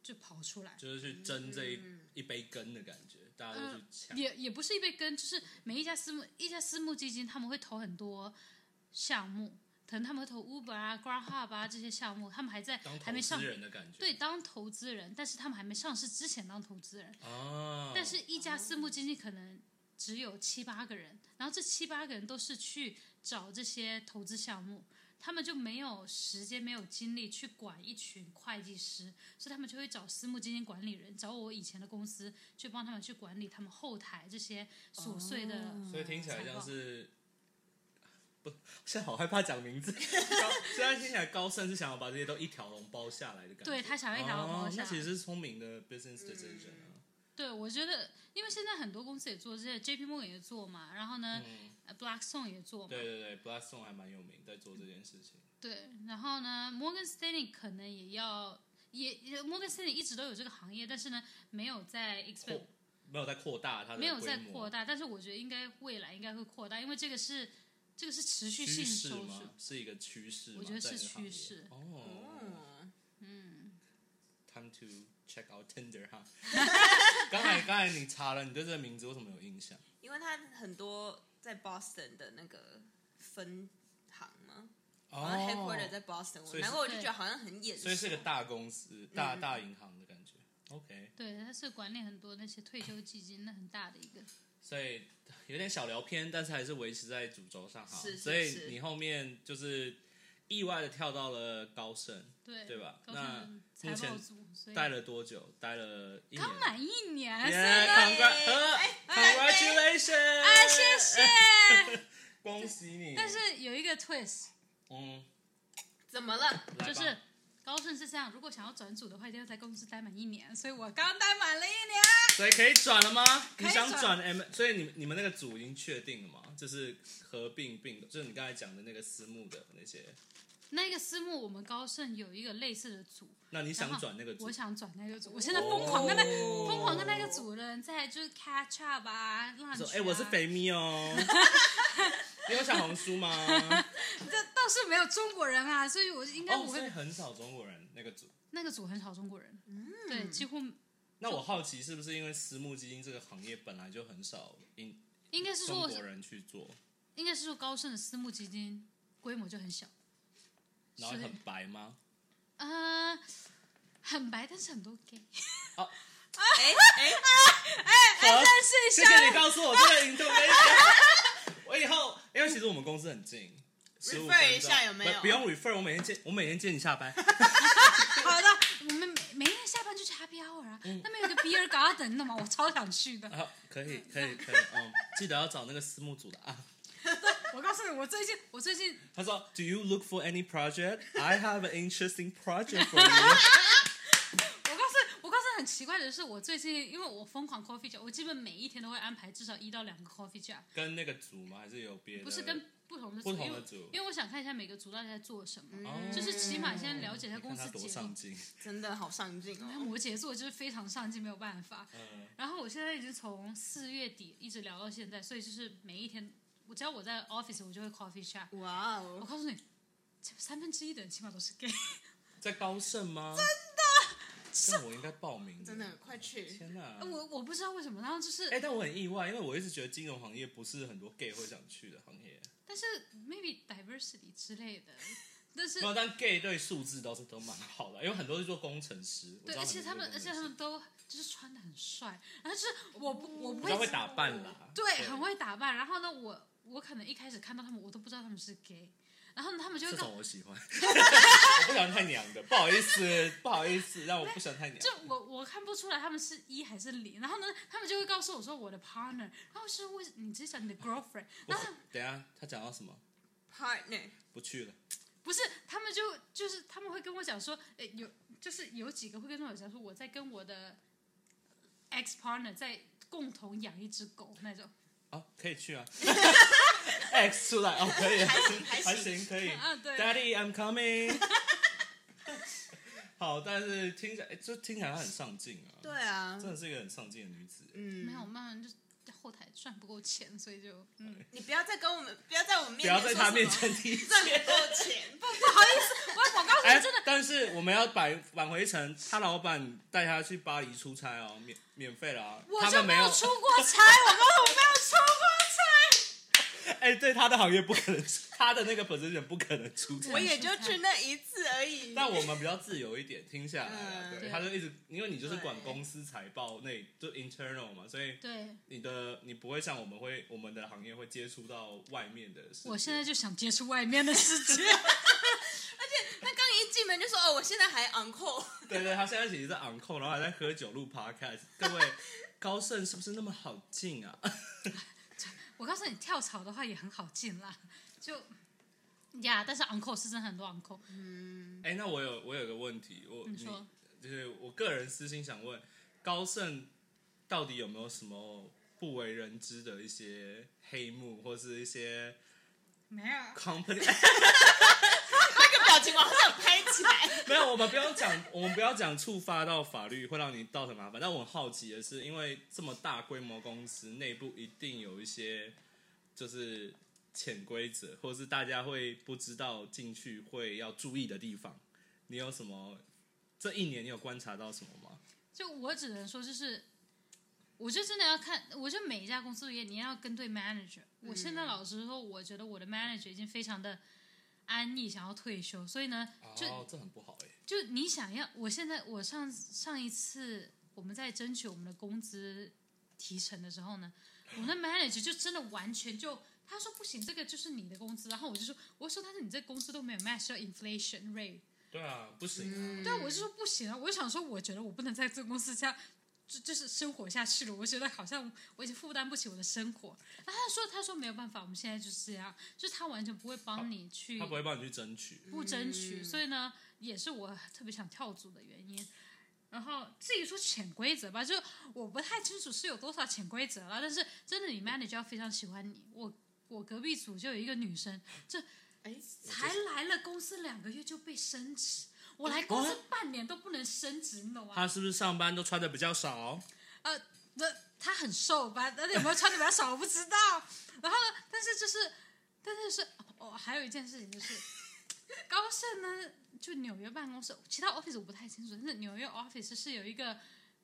S3: 就跑出来。
S1: 就是去争这一一杯羹的感觉，大家
S3: 嗯
S1: 都去抢。
S3: 也也不是一杯羹，就是每一家私募一家私募基金他们会投很多项目，可能他们会投 Uber 啊、Grab 啊这些项目，他们还在
S1: 当
S3: 还
S1: 投
S3: 没上
S1: 资人的感觉，
S3: 对，当投资人，但是他们还没上市之前当投资人，
S1: 啊，
S3: 但是一家私募基金可能只有七八个人，然后这七八个人都是去找这些投资项目，他们就没有时间、没有精力去管一群会计师，所以他们就会找私募基金管理人，找我以前的公司去帮他们去管理他们后台这些琐碎的。
S2: 嗯
S1: 所以听起来像
S3: 财报
S1: 是。
S3: 嗯
S1: 不，现在好害怕讲名 字。高现在听起来高盛是想要把这些都一条龙包下来的感觉。
S3: 对他想要一条龙包
S1: 哦
S3: 下
S1: 那其实是聪明的 business decision 啊。
S3: 对，我觉得，因为现在很多公司也做这些，J P Morgan 也做嘛，然后呢、b l a c k s t o n e 也做
S1: 嗯
S3: 嘛，
S1: 对对对，Blackstone 还蛮有名，在做这件事情。
S3: 对，然后呢，Morgan Stanley 可能也要也也 Morgan Stanley 一直都有这个行业，但是呢，没有在 expand
S1: 扩没有在扩大它的
S3: 没有在
S1: 规模
S3: 扩大，但是我觉得应该未来应该会扩大，因为这个是这个是持续
S1: 趋
S3: 性
S1: 势
S3: 收
S1: 吗
S3: 入，？
S1: 是一个趋势吗？
S3: 我觉得
S1: 在
S3: 是
S1: 这个行业
S3: 趋势
S1: 哦。
S2: 嗯，
S1: Time to check out Tinder 哈。 刚才刚才你查了，你对这个名字为什么有印象？
S2: 因为它很多在 Boston 的那个分行嘛，
S1: 哦
S2: 好像 headquarter 在 Boston，我
S1: 所以是
S2: 难怪我就觉得好像很眼熟。
S1: 所以是个大公司，大大银行的感觉。OK，
S3: 对，它是管理很多那些退休基金的很大的一个。
S1: 所以有点小聊偏，但是还是维持在主轴上哈。
S2: 是是
S1: 所以
S2: 是
S1: 你后面就是意外的跳到了高盛，
S3: 对
S1: 对吧
S3: 高
S1: 那
S3: 盛财
S1: 前
S3: 报组，所以
S1: 待了多久？待了一年。
S3: 刚满一年，所以
S1: Yeah,
S3: 呢哎
S1: congrat- 呵 congratulations！啊，
S3: 谢
S1: 呃
S3: 谢。
S1: 恭喜你。
S3: 但是有一个 twist，
S1: 嗯，
S2: 怎 么了？
S1: 来吧
S3: 就是高盛是这样，如果想要转组的话，一定要在公司待满一年，所以我刚待满了一年。
S1: 所以可以转了吗？
S3: 以
S1: 你想
S3: 转
S1: 转 M，所以你你们那个组已经确定了吗？就是合并并，就是你刚才讲的那个私募的那些。
S3: 那个私募，我们高盛有一个类似的组，
S1: 那你
S3: 然
S1: 想
S3: 后
S1: 转那个组哦
S3: 我？想转那个组，我现在疯狂跟那、疯狂跟那个组的人在就是 catch up 啊，乱
S1: 说
S3: 哎、
S1: 哎、我是，肥咪 哦。你有小红书吗？
S3: 这倒是没有中国人啊，所以我应该
S1: 哦，
S3: 不
S1: 所
S3: 会、
S1: 以嗯很少中国人那个组。
S3: 那个组很少中国人，对，几乎
S1: 那我好奇是不是因为私募基金这个行业本来就很少因
S3: 应该是
S1: 中
S3: 说
S1: 国人去做，
S3: 应该是说高盛的私募基金规模就很小，
S1: 然后很白吗？
S3: 啊、很白，但是很多 gay，
S1: 啊
S2: 哎哎，
S1: 好，
S3: 是
S1: 谢谢你告诉我这个 information。我 以后，因为其实我们公司很近。15分
S2: Refer
S1: 钟
S2: 一下有没有
S1: 不不用 refer，我每天接，我每天接你下班。
S3: 好的，我们每每天下班就去 Happy Hour 啊，那边有个 Beer Garden 的嘛，我超想去的。
S1: 好，可以，可以，可以，嗯，记得要找那个私募组的啊。
S3: 我告诉你，我最近我最近
S1: 他说，Do you look for any project? I have an interesting project for you 。
S3: 我告诉我告诉你很奇怪的是，我最近因为我疯狂 coffee chat，我基本每一天都会安排至少一到两个 coffee chat，
S1: 跟那个组吗？还是有别的？
S3: 不是跟不同的
S1: 不
S3: 组，嗯
S1: 同
S3: 因
S1: 的
S3: 为
S1: 组
S3: 因为我想看一下每个组到底在做什么，
S1: 哦
S3: 就是起码先了解一下
S1: 你
S3: 公
S1: 看他
S3: 司
S1: 多
S3: 结构
S1: 上。进。
S2: 真的好上进
S3: 那
S2: 哦。
S3: 摩羯座就是非常上进，没有办法。
S1: 嗯，
S3: 然后我现在已经从四月底一直聊到现在，所以就是每一天，我只要我在 office，我就会 coffee chat。
S2: 哇
S3: 我
S2: 哦，
S3: 告诉你，这三分之一的人起码都是 gay。
S1: 在高盛吗？真的，那我应该报名。
S2: 真的，啊 快去！
S1: 天哪！
S3: 我我不知道为什么，然后就是，
S1: 哎、但我很意外，因为我一直觉得金融行业不是很多 gay 会想去的行业。
S3: 但是 maybe diversity 之类的，但是
S1: 没有，但 gay 对数字倒是都蛮好的，因为很多是做工程师。我
S3: 对，
S1: 知道
S3: 而且
S1: 很多
S3: 他们
S1: 做工
S3: 而且
S1: 程
S3: 他
S1: 师
S3: 们都就是穿的很帅，然后就是我不我不
S1: 比较会
S3: 会嗯
S1: 打扮啦，
S3: 对很会打扮，然后呢我我可能一开始看到他们我都不知道他们是 gay，然后呢他们就会
S1: 这
S3: 告
S1: 种我喜 欢，我不喜欢太娘的，不好意思，不好意思，让我不喜欢太娘。
S3: 就我我看不出来他们是一还是零，然后呢，他们就会告诉我说我的 partner，然后我是为你直接讲你的 girlfriend，
S1: 我
S3: 然后
S1: 等一下他讲到什么？
S2: partner
S1: 不去了，
S3: 不是他们就就是他们会跟我讲说，呃，有就是有几个会跟我讲说我在跟我的 ex partner 在共同养一只狗那种，
S1: 哦，可以去啊。X 出来哦，可以，
S2: 还行还行
S1: 还行，可以。
S3: 啊对，
S1: Daddy, I'm coming 。好，但是听起来哎就听起来她很上进啊，
S2: 对啊，
S1: 真的是一个很上进的女子。
S2: 嗯，
S3: 没有，我慢慢就在后台赚不够钱，所以就嗯，
S2: 你不要再跟我们，不要在我
S1: 不
S2: 们面前
S1: 要在她面前 提
S2: 赚不够钱，不
S3: 我广告词
S1: 哎
S3: 真的，
S1: 但是我们要摆挽回成他老板带他去巴黎出差哦，免免费了啊。
S3: 我
S1: 他
S3: 就
S1: 们没
S3: 有出过差，我告诉我没有出过
S1: 哎、对他的行业不可能，他的那个 position 不可能出差
S2: 我。 也就去那一次而已。
S1: 但我们比较自由一点，听下来啊，
S2: 嗯
S1: 对，
S3: 对
S1: 他就一直，因为你就是管
S2: 对
S1: 公司财报那，就 internal 嘛，所以
S3: 差，对。
S1: 你的你不会像我们会，我们的行业会接触到外面的事。
S3: 我现在就想接触外面的世界，
S2: 那刚一进门就说哦，我现在还 on call，
S1: 对对，他现在其实在 on call，然后还在喝酒录 podcast。各位，高盛是不是那么好进啊？
S3: 我告诉你，跳槽的话也很好进啦，就呀但是 uncle 是真的很多 uncle。
S2: 嗯
S1: 哎、那我有我有个问题，我
S3: 你说
S1: 就是我个人私心想问，高盛到底有没有什么不为人知的一些黑幕，或是一些
S3: 没有？
S1: company？
S2: 那个表情我好想拍起来。
S1: 没有，我们不要讲，我们不要讲触发到法律会让你造成麻烦。但我很好奇的是，因为这么大规模公司内部一定有一些就是潜规则，或是大家会不知道进去会要注意的地方。你有什么？这一年你有观察到什么吗？
S3: 就我只能说，就是我就真的要看，我觉得每一家公司也你要跟对 manager。我现在老实说，我觉得我的 manager 已经非常的安逸，想要退休，所以呢，就
S1: 哦，这很不好哎、
S3: 就你想要，我现在我上上一次我们在争取我们的工资提成的时候呢，我那 manager 就真的完全就他说不行，这个就是你的工资，然后我就说我说但是你这工资都没有 match 到 inflation rate，、
S1: 对啊，不行啊。
S3: 对啊，我就说不行啊，我就想说我觉得我不能在这个公司下。就就是生活下去了，我觉得好像我已经负担不起我的生活。然后他说：“他说没有办法，我们现在就是这样，就是他完全不会帮你去
S1: 他不会嗯帮你去争取。
S3: 不争取，所以呢，也是我特别想跳组的原因。然后至于说潜规则吧，就我不太清楚是有多少潜规则了，但是真的你 manager 要非常喜欢你。我我隔壁组就有一个女生，这
S2: 哎，
S3: 才来了公司两个月就被升职，我来公司半年都不能升职，你懂吗？
S1: 他是不是上班都穿的比较少？
S3: 呃，那她很瘦吧？但是有没有穿的比较少，我不知道。然后呢，但是就是，但是是哦，还有一件事情就是， 高盛呢，就纽约办公室，其他 office 我不太清楚，但是纽约 office 是有一个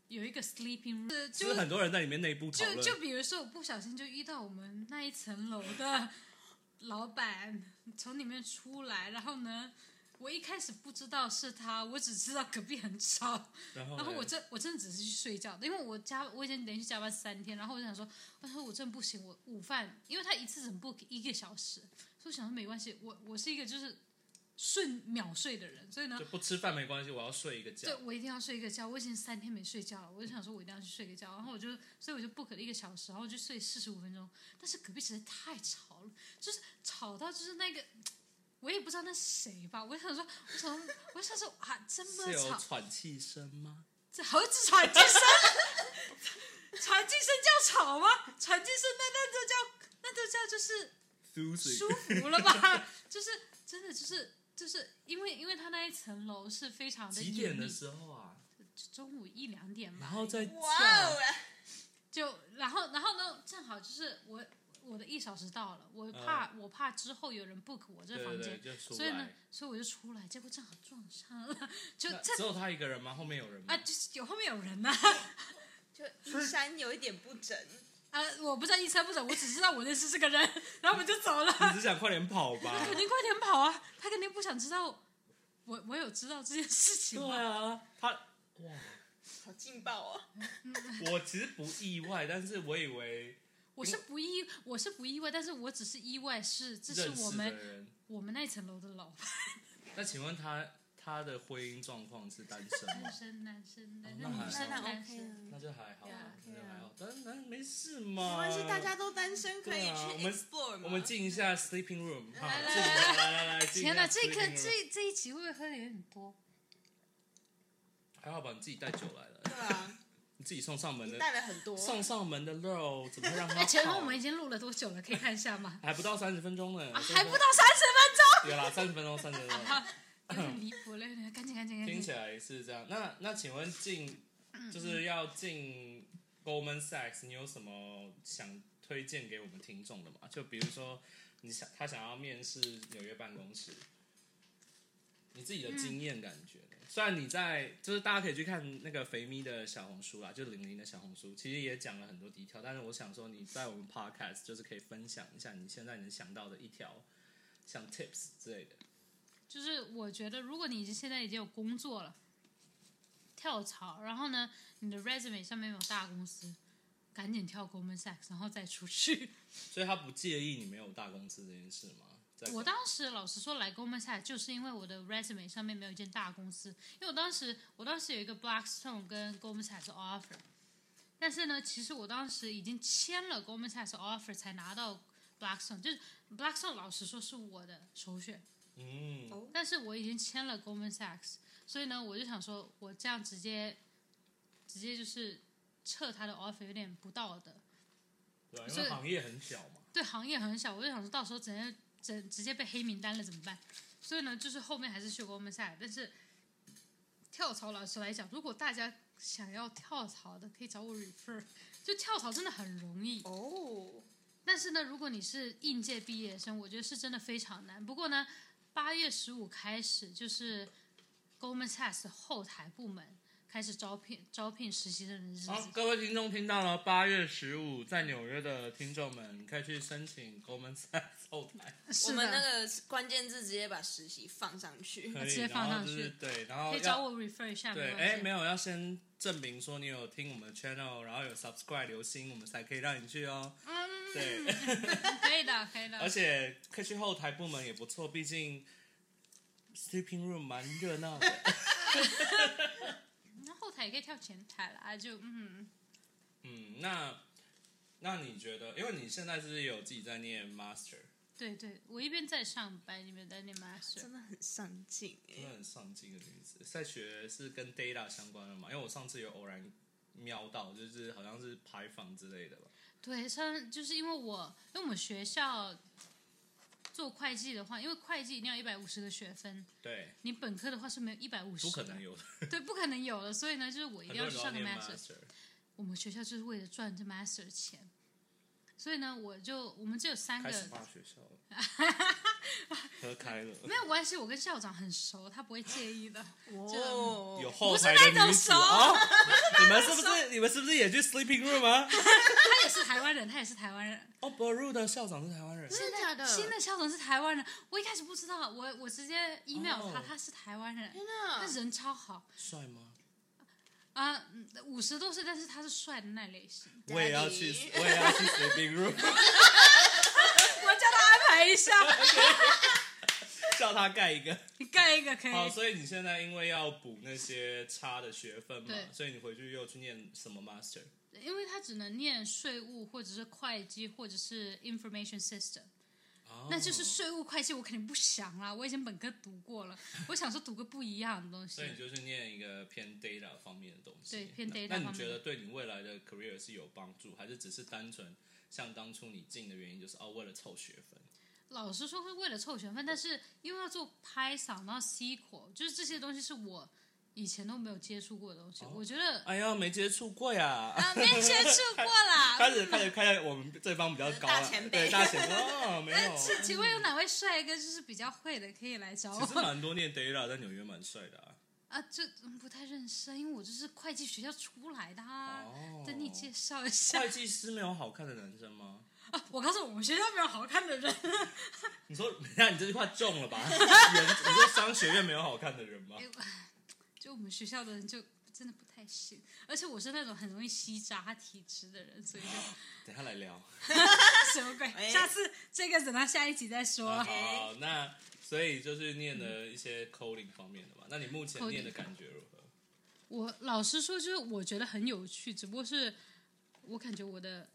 S3: 有一个 sleeping room，呃
S1: 是不
S3: 就是
S1: 很多人在里面内部讨
S3: 就就
S1: 论？
S3: 比如说我不小心就遇到我们那一层楼的 老板从里面出来，然后呢。我一开始不知道是他，我只知道隔壁 很吵，
S1: 然后哎
S3: 然后我
S1: 嘞
S3: 真我真的只是去睡觉的，因为我加我已经连续加班三天，然后我就想说，我说我真的不行，我午饭，因为他一次只能 book 一个小时，所以我想说没关系，我我是一个就是瞬秒睡的人，所以呢
S1: 就，不吃饭没关系，我要睡一个觉
S3: 对。我一定要睡一个觉，我已经三天没睡觉了，我就想说我一定要去睡个觉，然后我就所以我就 book 了一个小时，然后就睡四十五分钟，但是隔壁实在太吵了，就是吵到就是那个。我也不知道那是谁吧，我想说，我想说，我想说啊，这么
S1: 是哦有
S3: 吵，
S1: 喘气声吗？
S3: 这猴子喘气声，喘气声叫吵吗？喘气声那那都叫那都叫就是
S1: 苏
S3: 舒服了 吧？就是真的就是就是因为因为他那一层楼是非常的
S1: 几点的
S3: 隐秘
S1: 时候啊？
S3: 中午一两点吧
S1: 然，后再
S2: 哇
S1: 下
S2: 哦，
S3: 就然后然后呢，正好就是我我的一小时到了，我怕、我怕之后有人 book 我
S1: 嗯
S3: 这
S1: 对
S3: 房
S1: 对
S3: 间。
S1: 对，就出
S3: 所以呢
S1: 来。，
S3: 所以我就出来，结果正好撞上了，就
S1: 那
S3: 这
S1: 只有他一个人吗？后面有人吗
S3: 啊，？就是有后面有人呐、
S2: 就衣衫有一点不整，
S3: 呃，我不知道一猜不准，我只知道我认识这个人，然后我就走了。
S1: 你只想快点跑
S3: 他
S1: 吧？
S3: 肯定快点跑啊！他肯定不想知道我我有知道这件事情
S1: 对
S3: 吗？
S1: 啊，他哇，
S2: 好劲爆哦！
S1: 我其实不意外，但是我以为
S3: 我是不意，我是不意外，但是我只是意外是这是
S1: 认识
S3: 我
S1: 的
S3: 们
S1: 人。
S3: 我们那层楼的老板，
S1: 那请问他他的婚姻状况是单身吗
S3: 男？生男生男
S1: 那
S3: 生
S1: 还
S3: 女
S1: 好
S3: 生
S2: 那那
S3: 男
S2: OK
S3: 生，
S2: 啊
S1: 那就还好，
S2: 对啊
S1: 那就
S2: 对啊
S1: 还好，但但没事
S2: 没
S1: 嘛。
S2: 关系，大家都单身，可以
S1: 对啊我
S2: 去
S1: 们
S2: explore 嘛。
S1: 我们进一下 sleeping room，好，
S3: 来
S1: 进一下来来来，进一
S3: 天
S1: 下
S3: 哪，这个
S1: sleeping room
S3: 这这一集会不会喝的有点多？
S1: 还好吧？你自己带酒来了，
S2: 对 啊，
S1: 你自己送上门
S2: 你
S1: 的
S2: 带了很多。
S1: 送上门的肉，怎么会让他
S3: 哎，前面
S1: 跑？
S3: 我们已经录了多久了？可以看一下吗
S1: 还不到三十分钟呢，
S3: 啊，
S1: 真的
S3: 还不到三
S1: 有啦，三十分钟，三十分钟。
S3: 十分钟，有点离谱了，有点赶紧赶紧赶
S1: 听起
S3: 紧。
S1: 来是这样。那那请问进就是要进 Goldman Sachs，你有什么想推荐给我们听众的吗？就比如说你想他想要面试纽约办公室，你自己的经验感觉呢？虽然你在就是大家可以去看那个肥咪的小红书啦，就玲玲的小红书，其实也讲了很多低条，但是我想说你在我们 Podcast 就是可以分享一下你现在能想到的一条。像 tips 之类的，
S3: 就是我觉得，如果你已经现在已经有工作了，跳槽，然后呢，你的 resume 上面有大公司，赶紧跳 Goldman Sachs，然后再出去。
S1: 所以他不介意你没有大公司这件事吗？在
S3: 我当时老实说来 Goldman Sachs，就是因为我的 resume 上面没有一间大公司，因为我当时我当时有一个 Blackstone 跟 Goldman Sachs offer，但是呢，其实我当时已经签了 Goldman Sachs offer 才拿到 Blackstone，就是 Blackstone 老实说是我的首选，
S1: 嗯，
S2: 哦
S3: 但是我已经签了 Goldman Sachs，所以呢，我就想说，我这样直接直接就是撤他的 offer 有点不道德，
S1: 对啊，因
S3: 所
S1: 为
S3: 以
S1: 行业很小嘛。
S3: 对行业很小，我就想说到时候直接直直接被黑名单了怎么办？所以呢，就是后面还是去 Goldman Sachs，但是跳槽老师来讲，如果大家想要跳槽的，可以找我 refer，就 跳槽真的很容易。
S2: 哦，
S3: 但是呢，如果你是应届毕业生，我觉得是真的非常难。不过呢，八月十五开始就是 Goldman Sachs 的后台部门开始招聘招聘实习生的日子。
S1: 好，各位听众听到了，八月十五在纽约的听众们可以去申请 Goldman Sachs 后台，
S3: 是
S2: 我们那
S3: 的，
S2: 个关键字直接把实习放上去。
S1: 可
S3: 直
S1: 以，
S3: 接放
S1: 然后
S3: 上
S1: 就
S3: 去
S1: 是对，然后
S3: 可以
S1: 哦
S3: 找
S1: 要
S3: 我 refer 一下。
S1: 对，
S3: 关系
S1: 哎，没有要先证明说你有听我们的 channel，然后有 subscribe 留心，我们才可以让你去哦。
S3: 嗯
S1: 对，
S3: 可以的，可以的。
S1: 而且可以去后台部门也不错，毕竟 sleeping room 蛮热闹的。
S3: 那后台也可以跳前台啦，就嗯，
S1: 嗯，那那你觉得，因为你现在是不是有自己在念 master，
S3: 对对，我一边在上班，一边在念 master。
S2: 真的很上进哎、
S1: 真的很上进的女子，在学是跟 data 相关的嘛？因为我上次有偶然瞄到，就是好像是排房之类的吧。
S3: 对，像就是因为我，因为我们学校做会计的话，因为会计一定要一百五十个学分，
S1: 对，
S3: 你本科的话是没有一百五十，
S1: 不可能，有，
S3: 对，不可能有的。所以呢，就是我一
S1: 很
S3: 定
S1: 多
S3: 要
S1: 人
S3: 去
S1: 都
S3: 上个
S1: 念
S3: master。我们学校就是为了赚这 master 钱，所以呢，我就我们只有三
S1: 开始
S3: 个，
S1: 骂学校了， 合开了，
S3: 没有关系，我跟校长很熟，他不会介意的。
S2: 哦，
S1: 有后台的女
S3: 不
S1: 子
S3: 是那种熟
S1: 哦，你们是不是你们是不是也去 sleeping room 啊？
S3: 他也是台湾人，他也是台湾人。
S1: 哦，博入的校长是台湾人，
S2: 真的假的？
S3: 新的校长是台湾人，我一开始不知道，我我直接 email 他，
S1: 哦
S3: 他是台湾人，
S2: 天
S3: 他
S2: 哪！
S3: 人超好
S1: 帅吗？
S3: 啊，五、十多岁，但是他是帅的那类型。
S1: 我也要去，我也要去 sleeping room，
S3: 我叫他安排一下，
S1: 叫他盖一个。
S3: 你干一个可
S1: 好，
S3: 以。
S1: 哦所以你现在因为要补那些差的学分嘛，
S3: 对
S1: 所以你回去又去念什么 master？
S3: 因为他只能念税务或者是会计或者是 information system，、
S1: 哦
S3: 那就是税务会计我肯定不想啦，我以前本科读过了，我想说读个不一样的东西
S1: 所以。你就是念一个偏 data 方面的东西，
S3: 对偏
S1: 那
S3: data
S1: 那你
S3: 方面
S1: 觉得对你未来的 career 是有帮助，还是只是单纯像当初你进的原因就是哦为了凑学分？
S3: 老实说是为了凑学分，但是因为要做 Python 然后 SQL，就是这些东西是我以前都没有接触过的东西，我觉得
S1: 哎呀，没接触过 呀。
S3: 啊没接触 过啦。
S1: 开始开始开始，我们对方比较高
S2: 大
S1: 了，
S2: 前辈
S1: 对大前 辈哦，没有，
S3: 是哎请问有哪位帅哥就是比较会的，可以来找
S1: 其实
S3: 我
S1: 蛮多念 data 在纽约蛮帅的啊。
S3: 啊？这嗯不太认识，啊，因为我就是会计学校出来的啊。
S1: 哦，
S3: 等你介绍一下
S1: 会计师没有好看的男生吗？
S3: 啊！ 我告诉我们学校没有好看的人，
S1: 你说， 那你这句话中
S3: 嗯
S1: 了吧？人，你说商学院没有好看的人吗？
S3: 哎就我们学校的人就真的不太行。而且我是那种很容易吸渣体质的人，所以就
S1: 等一下来 聊。
S3: 什 么鬼？
S2: 哎
S3: 下次这个等到下一集再
S1: 啊
S3: 说。
S1: 好，那所以就是念了一些 coding 方面的吧。那你目前
S3: Coding
S1: 念的感觉如何？
S3: 我老实说，就是我觉得很有趣，只不过是我感觉我的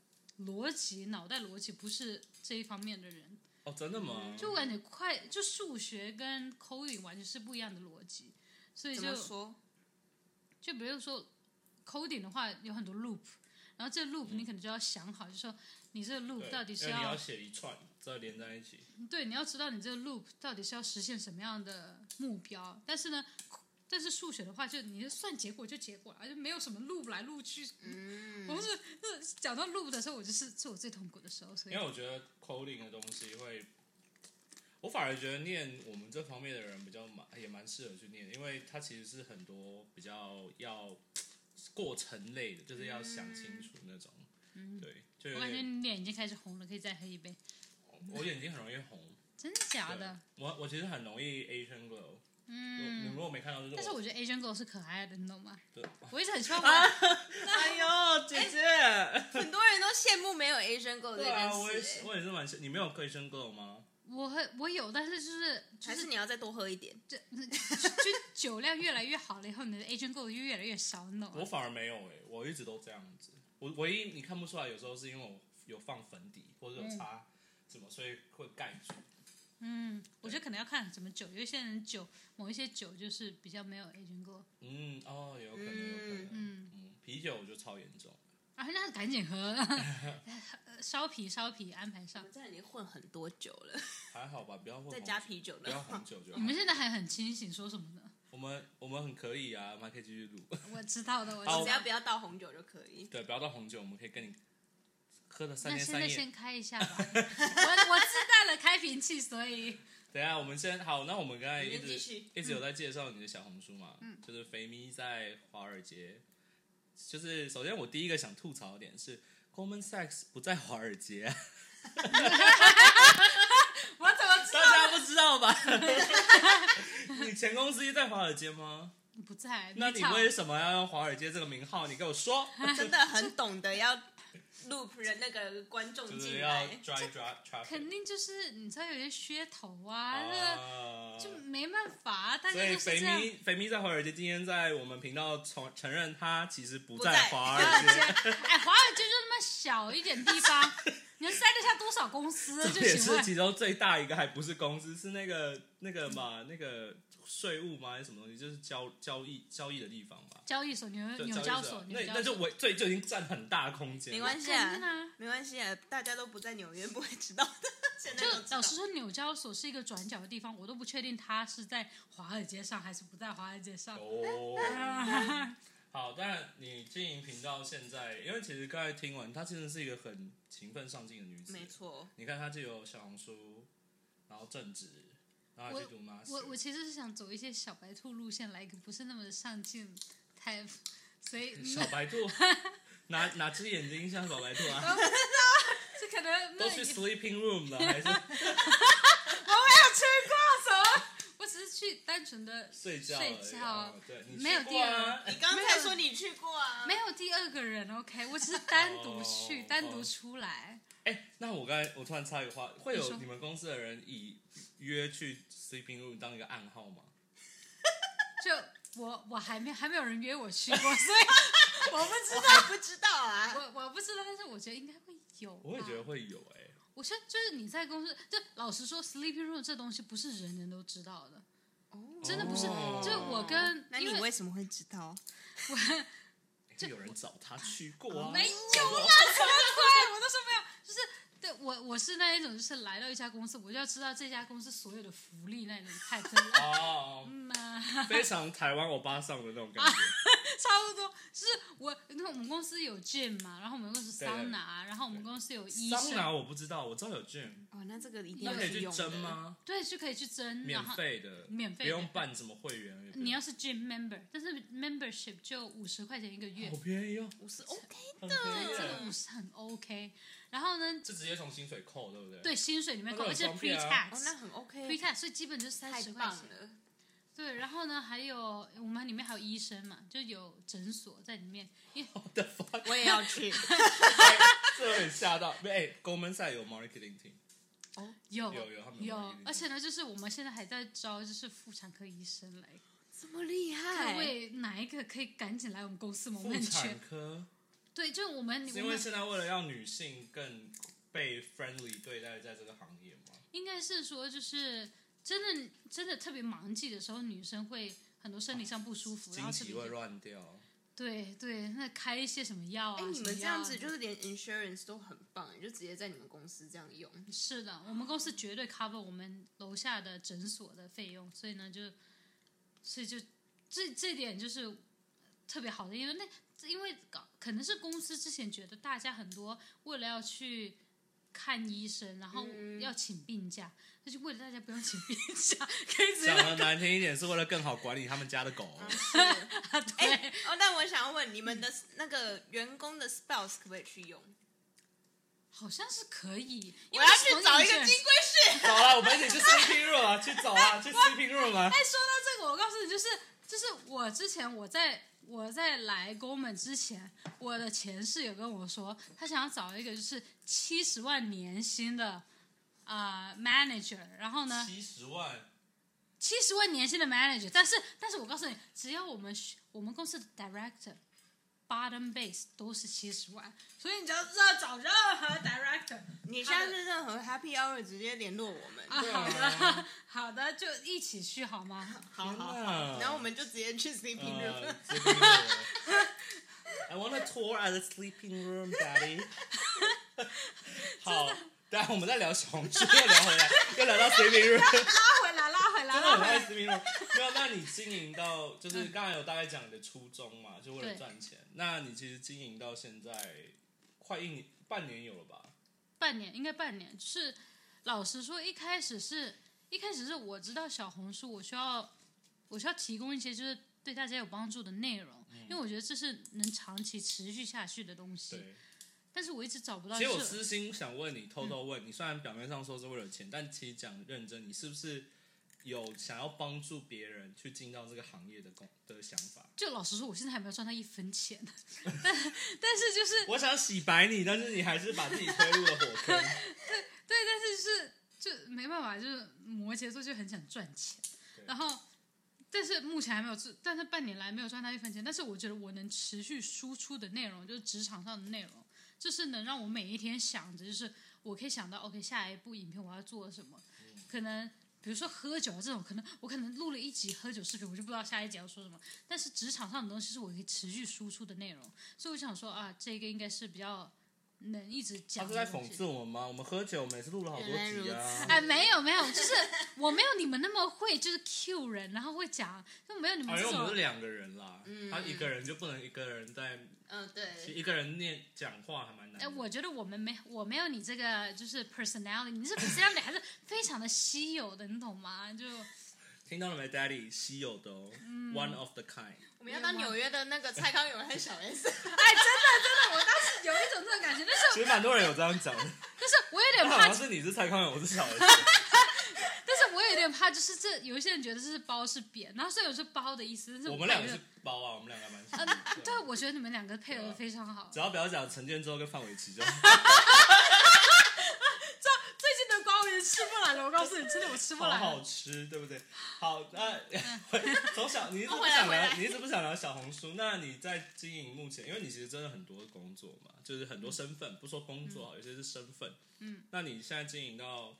S3: 逻辑、脑袋逻辑不是这一方面的人，
S1: 哦，真的吗？
S3: 嗯就我感觉快就数学跟 coding 完全是不一样的逻辑，所以
S2: 怎
S3: 就
S2: 么说？
S3: 就比如说 coding 的话有很多 loop，然后这 loop 你可能就要想好，就说你这个 loop
S1: 嗯对
S3: 到底
S1: 因
S3: 是
S1: 为你
S3: 要
S1: 要写一串，再连在一起。
S3: 对，你要知道你这个 loop 到底是要实现什么样的目标。但是呢，但是数学的话，就你就算结果就结果了，就没有什么 loop 来 loop 去。嗯，我是那讲到 loop 的时候，我就是是我最痛苦的时候，所以
S1: 因为我觉得 coding 的东西会，我反而觉得念我们这方面的人比较蛮也蛮适合去念，因为它其实是很多比较要过程类的，就是要想清楚那种。
S3: 嗯
S1: 对，就有
S3: 我感觉
S1: 点
S3: 你脸已经开始红了，可以再喝一杯。
S1: 我眼睛很容易红。
S3: 真的假
S1: 对
S3: 的？
S1: 我我其实很容易 Asian glow。嗯，你如果没看到就是我，
S3: 但是我觉得 Asian girl 是可爱的，你懂吗？
S1: 对
S3: 我一直很喜欢玩，
S1: 哎呦，姐姐，
S2: 很多人都羡慕没有 Asian Girl 这
S1: 对啊，我也
S2: 件
S1: 是，
S2: 事、欸
S1: 我也是蛮羡，你没有 Asian glow 吗？
S3: 我很我有，但是就是就
S2: 还是
S3: 是
S2: 你要再多喝一点？
S3: 这就酒量越来越好了以后，你的 Asian girl 就越来越少，你懂
S1: 我
S3: 吗？
S1: 反而没有哎、我一直都这样子。我唯一你看不出来，有时候是因为我有放粉底或者有擦什么，所以会盖住。
S3: 嗯，我觉得可能要看什么酒，有一些人酒，某一些酒就是比较没有 agent g o
S1: 嗯，哦，有可能，有可能。
S3: 嗯
S1: 嗯，啤酒我就超严重。
S3: 啊，那赶 紧喝，呃烧啤烧啤安排
S2: 我
S3: 上
S2: 们。这已经混很多酒了，
S1: 还好吧，不要混
S2: 再
S1: 红
S2: 加
S1: 酒
S2: 啤酒
S1: 不要
S2: 呢。
S1: 红酒就好
S3: 你。们现在还很清醒，说什么呢？
S1: 我们我们很可以啊，我们还可以继续录。
S3: 我知道的，我
S1: 好
S3: 知
S2: 只
S3: 道
S2: 要。不要倒红酒就可以。
S1: 对，不要到红酒，我们可以跟你喝了三
S3: 那
S1: 天
S3: 现
S1: 三
S3: 在
S1: 夜。
S3: 先开一 下吧，我我知道了开瓶器，所以
S1: 等一下，我们先好，那我们刚才一
S2: 你先继
S1: 直
S2: 续
S1: 一直有在介绍你的小红书嘛，就是肥咪在华尔街，就是首先我第一个想吐槽的点是 Goldman Sachs 不在华尔街啊，
S3: 我怎么知
S1: 大家不知道吧？你前公司在华尔街吗？
S3: 道不在？
S1: 那你
S3: 吵
S1: 为什么要用华尔街这个名号？你给我说，
S2: 真的很懂得要 loop 人那个观众
S1: 就是
S2: 进
S1: 要
S2: 来，
S1: drive drive traffic
S3: 肯定就是你知道有些噱头啊，那
S1: 啊。
S3: 就没办法，大
S1: 所
S3: 家
S1: 以
S3: 就是
S1: 肥
S3: 这样。
S1: 咪肥咪在华尔街今天在我们频道承承认他其实不
S2: 不在
S1: 华
S3: 华
S1: 尔
S3: 尔
S1: 街。
S3: 街，哎，华尔街就那么小一点地方，你能塞得下多少公司？啊 就
S1: 这也
S3: 请
S1: 是
S3: 问，
S1: 其中最大一个，还不是工资，是那个那个嘛，那个税务吗？还是什么东西？就是交交易交易的地方吧。
S3: 交易所纽
S1: 就
S3: 纽
S1: 交
S3: 交
S1: 易所
S3: 所，
S1: 啊
S3: 纽
S1: 那
S3: 交
S1: 那就
S3: 所
S1: 我这就已经占很大空间了。
S2: 没关系
S3: 肯定
S2: 啊，
S3: 啊。
S2: 没关系啊，大家都不在纽约，不会知道的。现在
S3: 就
S2: 都知道
S3: 老。实说，纽交所是一个转角的地方，我都不确定它是在华尔街上还是不在华尔街上。
S1: 哦。好，但你经营频道现在，因为其实刚才听完，她真的是一个很勤奋上进的女子。
S2: 没。错，
S1: 你看她就有小红书，然后正职，然后还去读 master。
S3: 我我其实是想走一些小白兔路线，来一个不是那么的上进 type，所以
S1: 小白 兔，哪哪只眼睛像小白兔啊？
S3: 这可能那
S1: 都去 sleeping room 了，还是
S3: 我只是去单纯的
S1: 睡觉而已？
S3: 睡觉啊
S1: 哦对，你去
S3: 没有
S1: 过啊
S2: 你刚才说你去过啊？
S3: 没有第二个人，OK，我只是单独去，
S1: 哦
S3: 单独出来。
S1: 哎、那我刚才我突然插一个话，会
S3: 你
S1: 有
S3: 说
S1: 你们公司的人以约去 sleeping room 当一个暗号吗？
S3: 就我我还没还没有人约我去过， 所以我不知
S2: 我还不知道啊。
S3: 我我不知道，但是我觉得应该会有。
S1: 我也觉得，会有哎、
S3: 我觉得就是你在公司，就老实说，sleeping room 这东西不是人人都知道的，真的不是。
S1: 哦
S3: 就是我跟
S2: 那
S3: 因
S2: 你为什么会知道？
S1: 会有人找他去过啊？
S3: 没有啦，什么鬼？我都说没有，就是对我我是那一种，就是来到一家公司，我就要知道这家公司所有的福利那种太真 了。
S1: 哦，
S3: 嗯啊
S1: 非常台湾欧巴桑的那种 感觉。
S3: 差不多，就是我，那我们公司有 gym 嘛，然后我们公司
S1: 对对
S3: 桑拿，然后我们公司有医
S1: 桑拿
S3: 生，
S1: 我不知道，我知道有 gym，
S2: 哦，那这个一定
S1: 那
S2: 要
S1: 可以
S2: 去
S1: 去
S2: 用
S1: 蒸
S2: 的？
S1: 吗？
S3: 对，就可以去蒸，
S1: 免
S3: 然后
S1: 费的，
S3: 免费的
S1: 不用办什么会员。也不用
S3: 你要是 gym member，但是 membership 就五十块钱一个月
S1: 好，啊便宜哦，
S2: 我是 OK，
S1: 很便宜
S3: 这个
S1: 耶
S3: 五。十很 OK。然后呢，
S1: 这直接从薪水扣， 对不对？
S3: 对薪水里面扣，
S1: 那
S3: 而
S1: 个
S3: 且
S1: 很方
S3: pre
S1: 便啊
S2: 哦
S3: tax，pre
S2: 那很 OK，
S3: tax，所以基本就是三
S2: 太
S3: 十块
S2: 棒
S3: 钱。
S2: 了。
S3: 对，然后呢，还有我们里面还有医生嘛，就有诊所在里面。
S1: 我的 fuck，
S2: 我也要去。
S1: 这有点吓到。哎、宫门赛有 marketing team，
S3: 有
S1: 有有他们有
S3: 有
S1: 一定，
S3: 而且呢，就是我们现在还在招，就是妇产科医生来，
S2: 这么厉
S3: 看为哪一个可以赶紧来我们公司，我
S1: 妇
S3: 们缺
S1: 产。科
S3: 对，就是我们
S1: 是
S3: 我
S1: 因为
S3: 们
S1: 现在为了让女性更被 friendly 对待在这个行业嘛，
S3: 应该是说，就是真的真的特别忙季的时候，女生会很多生理上不舒服，然
S1: 经
S3: 后特
S1: 济
S3: 别
S1: 会乱掉。
S3: 对对，那开一些什么药啊？
S2: 哎，你
S3: 什么
S2: 们这
S3: 药啊
S2: 样子就是连 insurance 都很棒，你就直接在你们公司这样用。
S3: 是的，我们公司绝对 cover 我们楼下的诊所的费用，所以呢，就，所以就这这点就是特别好的，因为那因为搞可能是公司之前觉得大家很多为了要去看医生，然后
S2: 嗯
S3: 要请病假，那、就为了大家不用请病假，可以直接
S1: 讲的难听一点，是为了更好管理他们家 的狗。
S2: 哎，
S3: 啊对、
S2: 哦，但我想要问你们的那个员工的 spouse 可不可以去用？
S3: 好像是可以，
S2: 我
S3: 因为
S2: 要
S3: 是
S2: 去
S3: 同
S2: 找一个
S3: 性
S2: 金龟婿。
S1: 走啊了，我们一起去 CP room 啊，去走啊，去 CP room 啊。
S3: 哎，说到这个，我告诉你，就是就是我之前我在我在来宫门之前，我的前世有跟我说，他想要找一个就是七十万年薪的啊、呃 manager，然后呢
S1: 七十万，
S3: 七十万年薪的 manager，但是但是我告诉你，只要我们学我们公司的 director。bottom base 都是七十万，所以你只要知道找任何 director
S2: 你下次任何 happy hour 直接联络我们。
S3: 啊，
S1: 对啊
S3: 好的好的就一起去好吗？
S2: 好好
S1: 天
S2: 好，
S1: 哪
S2: 然后我们就直接去 CP room。
S1: 呃 CP room。I want a tour at the sleeping room, Daddy 。 好，对啊，我们在聊小红书，又聊回来，又聊到 sleeping room。
S3: 拉回来，拉回 来，
S1: 真的很
S3: 拉回来
S1: 爱。知名度。没有，那你经营到就是刚才有大概讲你的初衷嘛，就为了
S3: 嗯对
S1: 赚钱。那你其实经营到现在快一年半年有了吧？
S3: 半年，应该半年。就是老实说，一开始是一开始是我知道小红书，我需要我需要提供一些就是对大家有帮助的内容，因为我觉得这是能长期持续下去的东西。
S1: 对。
S3: 但是我一直找不到、
S1: 其实我
S3: 就是，
S1: 私心想问你，偷
S3: 嗯
S1: 偷问你，虽然表面上说是为了钱，但其实讲认真，你是不是有想要帮助别人去进到这个行业的工的想法？
S3: 就老实说，我现在还没有赚到一分钱， 但但是就是
S1: 我想洗白你，但是你还是把自己推入了火坑。
S3: 对，但是就是就没办法，就是摩羯座就很想赚钱
S1: 对，
S3: 然后但是目前还没有赚，但是半年来没有赚到一分钱，但是我觉得我能持续输出的内容就是职场上的内容，就是能让我每一天想着就是我可以想到 OK 下一部影片我要做什么，
S1: 嗯
S3: 可能。比如说喝酒啊这种，可能我可能录了一集喝酒视频，我就不知道下一集要说什么。但是职场上的东西是我可以持续输出的内容，所以我想说啊，这个应该是比较能一直
S1: 他
S3: 讲
S1: 是
S3: 的东西。
S1: 在讽刺我们吗？我们喝酒每次录了好多
S2: 原来如
S1: 集啊。
S3: 哎，没有没有，就是我没有你们那么会，就是 Q 人，然后会讲，就没有你们
S1: 好
S3: 这
S1: 哎像我们是
S3: 种。
S1: 两个人啦，
S2: 嗯
S1: 他一个人就不能一个人在
S2: 嗯，
S1: 其
S2: 对
S1: 实。一个人念讲话还蛮难的。
S3: 哎，我觉得我们没，我没有你这个就是 personality，你这 personality 还是非常的稀有的，你懂吗？就
S1: 听到了没，Daddy，稀有的哦、o
S3: 嗯
S1: n e of the kind。
S2: 我们要当纽约的那个蔡康永和小 S。
S3: 有一种这种感觉，但是
S1: 其实蛮多人有这样讲 的，
S3: 但是我有点
S1: 好
S3: 怕
S1: 像，是你是蔡康永，我是小 S。
S3: 但是我有点怕，就是这有一些人觉得这是包是扁，然后虽然有是包的意思，但是
S1: 我们两个是包啊，我们两个蛮像的。对
S3: 对，我觉得你们两个配合得非常好。
S1: 只要不要讲陈建州跟范玮琪就好。
S3: 最近的瓜我已经吃不来了，我告诉你，真的我吃不
S1: 好
S3: 来
S1: 好
S3: 了。
S1: 吃，对不对？好，那 从小 你一直不
S2: 嗯回来
S1: 想
S2: 回
S1: 聊，
S2: 来
S1: 你一直不想聊小红书。那你在经营目前，因为你其实真的很多工作嘛，就是很多身份，不说工作啊好，有些是身份。
S3: 嗯，
S1: 那你现在经营到，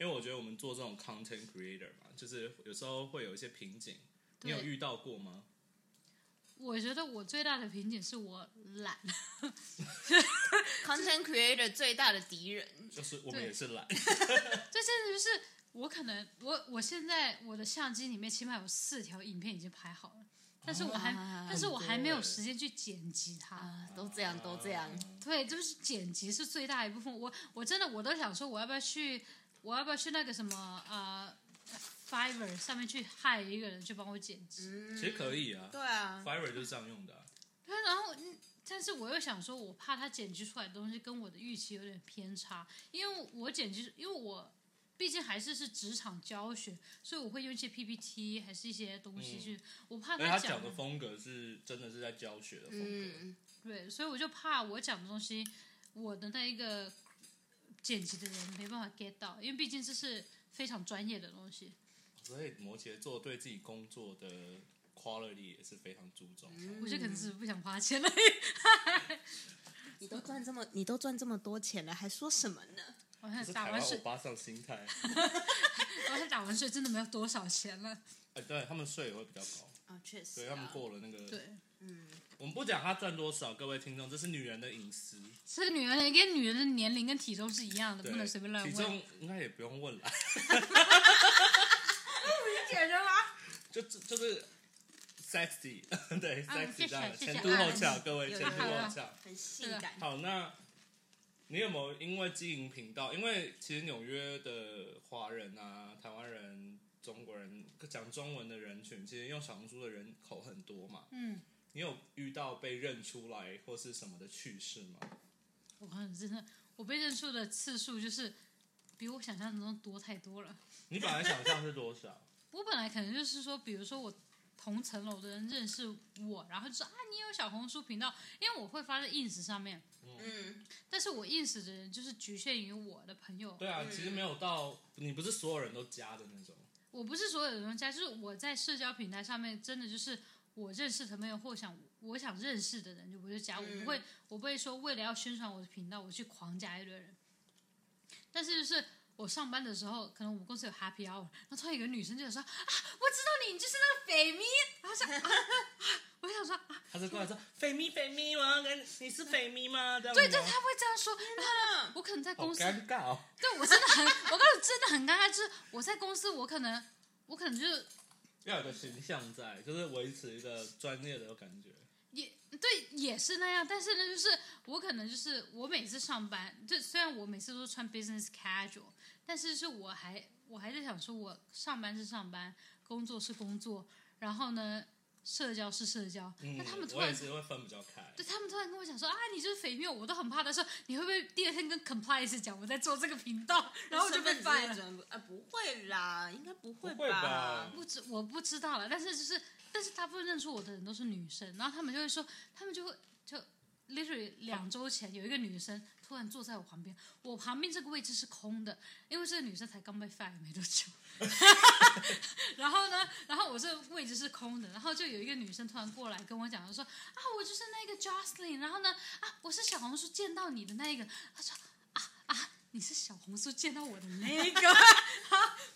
S1: 因为我觉得我们做这种 content creator 嘛，就是有时候会有一些瓶颈，你有
S3: 对
S1: 遇到过吗？
S3: 我觉得我最大的瓶颈是我懒。
S2: Content creator 最大的敌人，
S1: 就是我们也是懒，
S3: 对，真的就是我可能我我现在我的相机里面起码有四条影片已经拍好了，但是我还、
S2: 啊
S3: 但是我还没有
S1: 很多欸
S3: 时间去剪辑它。
S2: 啊， 都这样，都这样。
S3: 对，就是剪辑是最大一部分。我我真的我都想说，我要不要去，我要不要去那个什么呃，Fiverr 上面去害一个人去帮我剪辑？
S2: 嗯，
S1: 其实可以啊
S2: 对啊，
S1: ，Fiverr 就是这样用的啊、
S3: 对，然后嗯但是我又想说，我怕他剪辑出来的东西跟我的预期有点偏差，因为我剪辑，因为我毕竟还是是职场教学，所以我会用一些 PPT 还是一些东西去，我怕
S1: 而嗯且他
S3: 讲
S1: 讲的风格是真的是在教学的风格，
S2: 嗯，
S3: 对，所以我就怕我讲的东西，我的那一个剪辑的人没办法 get 到，因为毕竟这是非常专业的东西。
S1: 所以摩羯座对自己工作的 quality 也是非常注重。
S3: 我就可能只是
S1: 嗯
S3: 不想花钱了。
S2: 你都赚这么你都赚这么多钱了，还说什么呢？
S3: 我想
S1: 是
S3: 打
S1: 台
S3: 完
S1: 湾欧
S3: 税，
S1: 巴上心态，
S3: 我想打完税真的没有多少钱了。
S1: 哎，对他们税也会比较 高，
S2: 啊，确实
S1: 对他们过了那个。
S3: 啊对，
S2: 嗯，
S1: 我们不讲他赚多少，各位听众，这是女人的隐私，
S3: 是女人跟女人的年龄跟体重是一样的，
S1: 对，
S3: 不能随便乱
S1: 体
S3: 问。
S1: 重应该也不用问了，
S2: 解决吗？
S1: 就就就是 sexy，对
S3: 嗯谢
S1: ，sexy
S3: 谢
S1: 当然
S3: 谢谢
S1: 前凸后翘，
S3: 啊
S1: 各位
S2: 有
S1: 前凸
S3: 有有
S1: 后翘。
S2: 很性感，
S1: 好，那你有没有因为经营频道？因为其实纽约的华人啊、台湾人、中国人讲中文的人群，其实用小红书的人口很多嘛。
S3: 嗯，
S1: 你有遇到被认出来或是什么的趣事吗？
S3: 我很真的，我被认出的次数就是比我想象中多太多了。
S1: 你本来想象是多少？
S3: 我本来可能就是说，比如说我同层楼的人认识我，然后就说啊，你有小红书频道，因为我会发在 ins 上面，
S2: 嗯，
S3: 但是我 ins 的人就是局限于我的朋友，
S1: 对啊，
S2: 嗯
S1: 其实没有到，你不是所有人都加的那种。
S3: 我不是所有的人加，就是我在社交平台上面真的就是我认识的朋友或想我想认识的人，就我就加，我不会我不会说为了要宣传我的频道，我去狂加一堆人。但是就是我上班的时候，可能我们公司有 happy hour，然后突然有个女生就说啊，我知道你，你就是那个肥咪，然后想啊啊，我想说啊，
S1: 他是过来说：“肥咪，肥咪，我要跟你是肥咪吗？”这样子
S3: 对
S1: 吗
S3: 对，她会这样说，然后呢，我可能在
S1: 好
S3: 公司
S1: 尴尬哦。
S3: 对我真的很，我告诉你真的很尴尬，就是我在公司，我可能我可能就是
S1: 要有个形象在，就是维持一个专业的感觉。
S3: 也对也是那样，但是呢，就是我可能就是我每次上班，就虽然我每次都穿 business casual，但是是我还我还在想说，我上班是上班，工作是工作，然后呢，社交是社交。那、他们突
S1: 嗯我也
S3: 然
S1: 是会分比较开。
S3: 对他们突然跟我讲说啊，你就是肥谬，我都很怕。他说你会不会第二天跟 compliance 讲我在做这个频道，然后我就被 fire 了。
S2: 转啊，不会啦，应该不会
S1: 不会吧
S3: 不知我不知道了，但是就是，但是大部分认出我的人都是女生，然后他们就会说，他们就会就 literally 两周前有一个女生突然坐在我旁边，我旁边这个位置是空的，因为这个女生才刚被 fire 没多久， 然后呢，然后我这个位置是空的，然后就有一个女生突然过来跟我讲，她说啊，我就是那个 Jocelyn，然后呢，啊，我是小红书见到你的那一个，她说啊啊，你是小红书见到我的那一 个，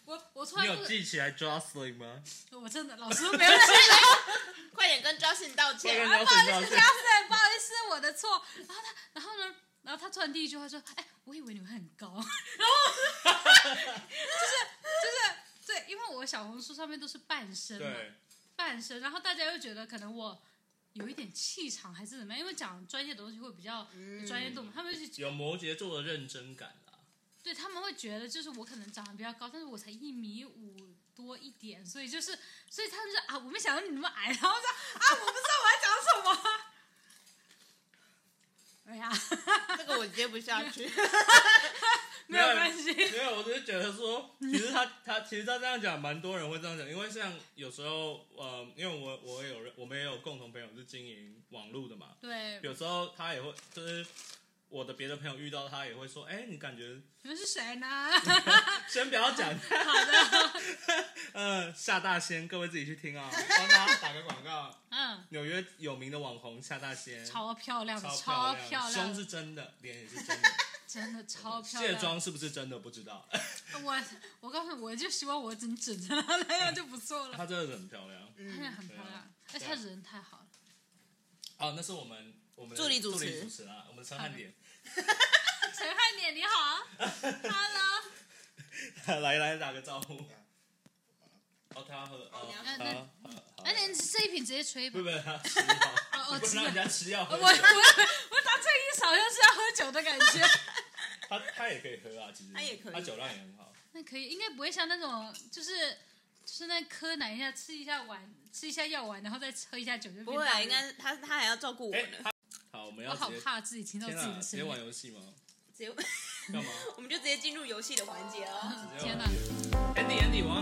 S3: 我我突
S1: 你
S3: 然不
S1: 有记起来 Jocelyn 吗？
S3: 我真的老师都没有认识，
S2: 快点跟 Justin 道
S1: 啊不然
S2: 歉，啊
S1: 跟 Jocelyn 道歉
S3: 不好意思，我的错。然后他，然后呢，然后他突然第一句话说：“哎，我以为你会很高。”然 后，就是就是对，因为我小红书上面都是半身嘛，
S1: 对，
S3: 半身，然后大家又觉得可能我有一点气场还是怎么样，因为讲专业的东西会比较
S2: 嗯
S3: 有专业度嘛，他们就觉
S1: 有摩羯座的认真感啊啦。
S3: 对他们会觉得就是我可能长得比较高，但是我才一米五多一点，所以就是所以他们就啊，我没想到你那么矮，然后我说啊，我不知道我要讲什么。哎呀，
S2: 这个我接不下 去。
S3: 没有关系，
S1: 没有，我只是觉得 说，其实他他其实他这样讲，蛮多人会这样讲，因为像有时候呃，因为我我也有认我们也有共同朋友是经营网络的嘛，
S3: 对，
S1: 有时候他也会就是我的别的朋友遇到他也会说，哎、你感觉
S3: 你们是 谁呢？
S1: 先不要 讲，
S3: 好的，
S1: 呃，夏大仙，各位自己去听啊，帮大家打个广告，
S3: 嗯，
S1: 纽约有名的网红夏大仙，
S3: 超漂亮的，
S1: 超
S3: 超
S1: 漂
S3: 漂
S1: 胸
S3: 亮
S1: 是
S3: 的，
S1: 真的，脸也是真的，
S3: 真的超漂
S1: 卸
S3: 亮。
S1: 妆是不是真的不知道，
S3: 我我告诉你，我就希望我整整成她那样就不错了，
S1: 她真的很漂亮。
S3: 她
S2: 嗯
S3: 真的很
S1: 对啊
S3: 漂亮，而且她人太好了。
S1: 哦，那是我们我们的
S2: 助理主持
S1: 主持啊，我们陈汉典，
S3: 陈汉典你 好，Hello。
S1: 来来打个招呼。哦，他要喝，哦
S2: 你要，
S3: 那
S1: 好好，好
S3: 而且哎你这一瓶直接吹吧
S1: 不。不，他吃药，
S3: 哦
S1: 你
S3: 哦，
S1: 不能
S3: 吃
S1: 让人
S3: 了。
S1: 家吃药喝
S3: 我
S1: 酒
S3: 我我，我打这一扫像是要喝酒的感觉。
S1: 他他也可以喝啊，其实
S2: 他也可以
S1: 他酒量也很好。
S3: 那可以，应该不会像那种就是就是那柯南一下吃一下丸，吃一下药丸，然后再喝一下酒就变
S2: 不会啊，
S3: 大人
S2: 应该他他还要照顾我
S1: 哎
S2: 呢，。
S1: 他好，我们
S3: 我
S1: 要
S3: 好
S1: 直接，
S3: 怕自己听到
S1: 天
S3: 自己
S1: 啊，
S3: 的
S1: 直
S3: 声
S1: 接玩
S3: 音。
S1: 游戏吗？
S2: 结果
S1: 干嘛？
S4: 我们就直接进入游戏的环节哦。
S1: 直接
S2: 天哪！
S1: Andy Andy，我要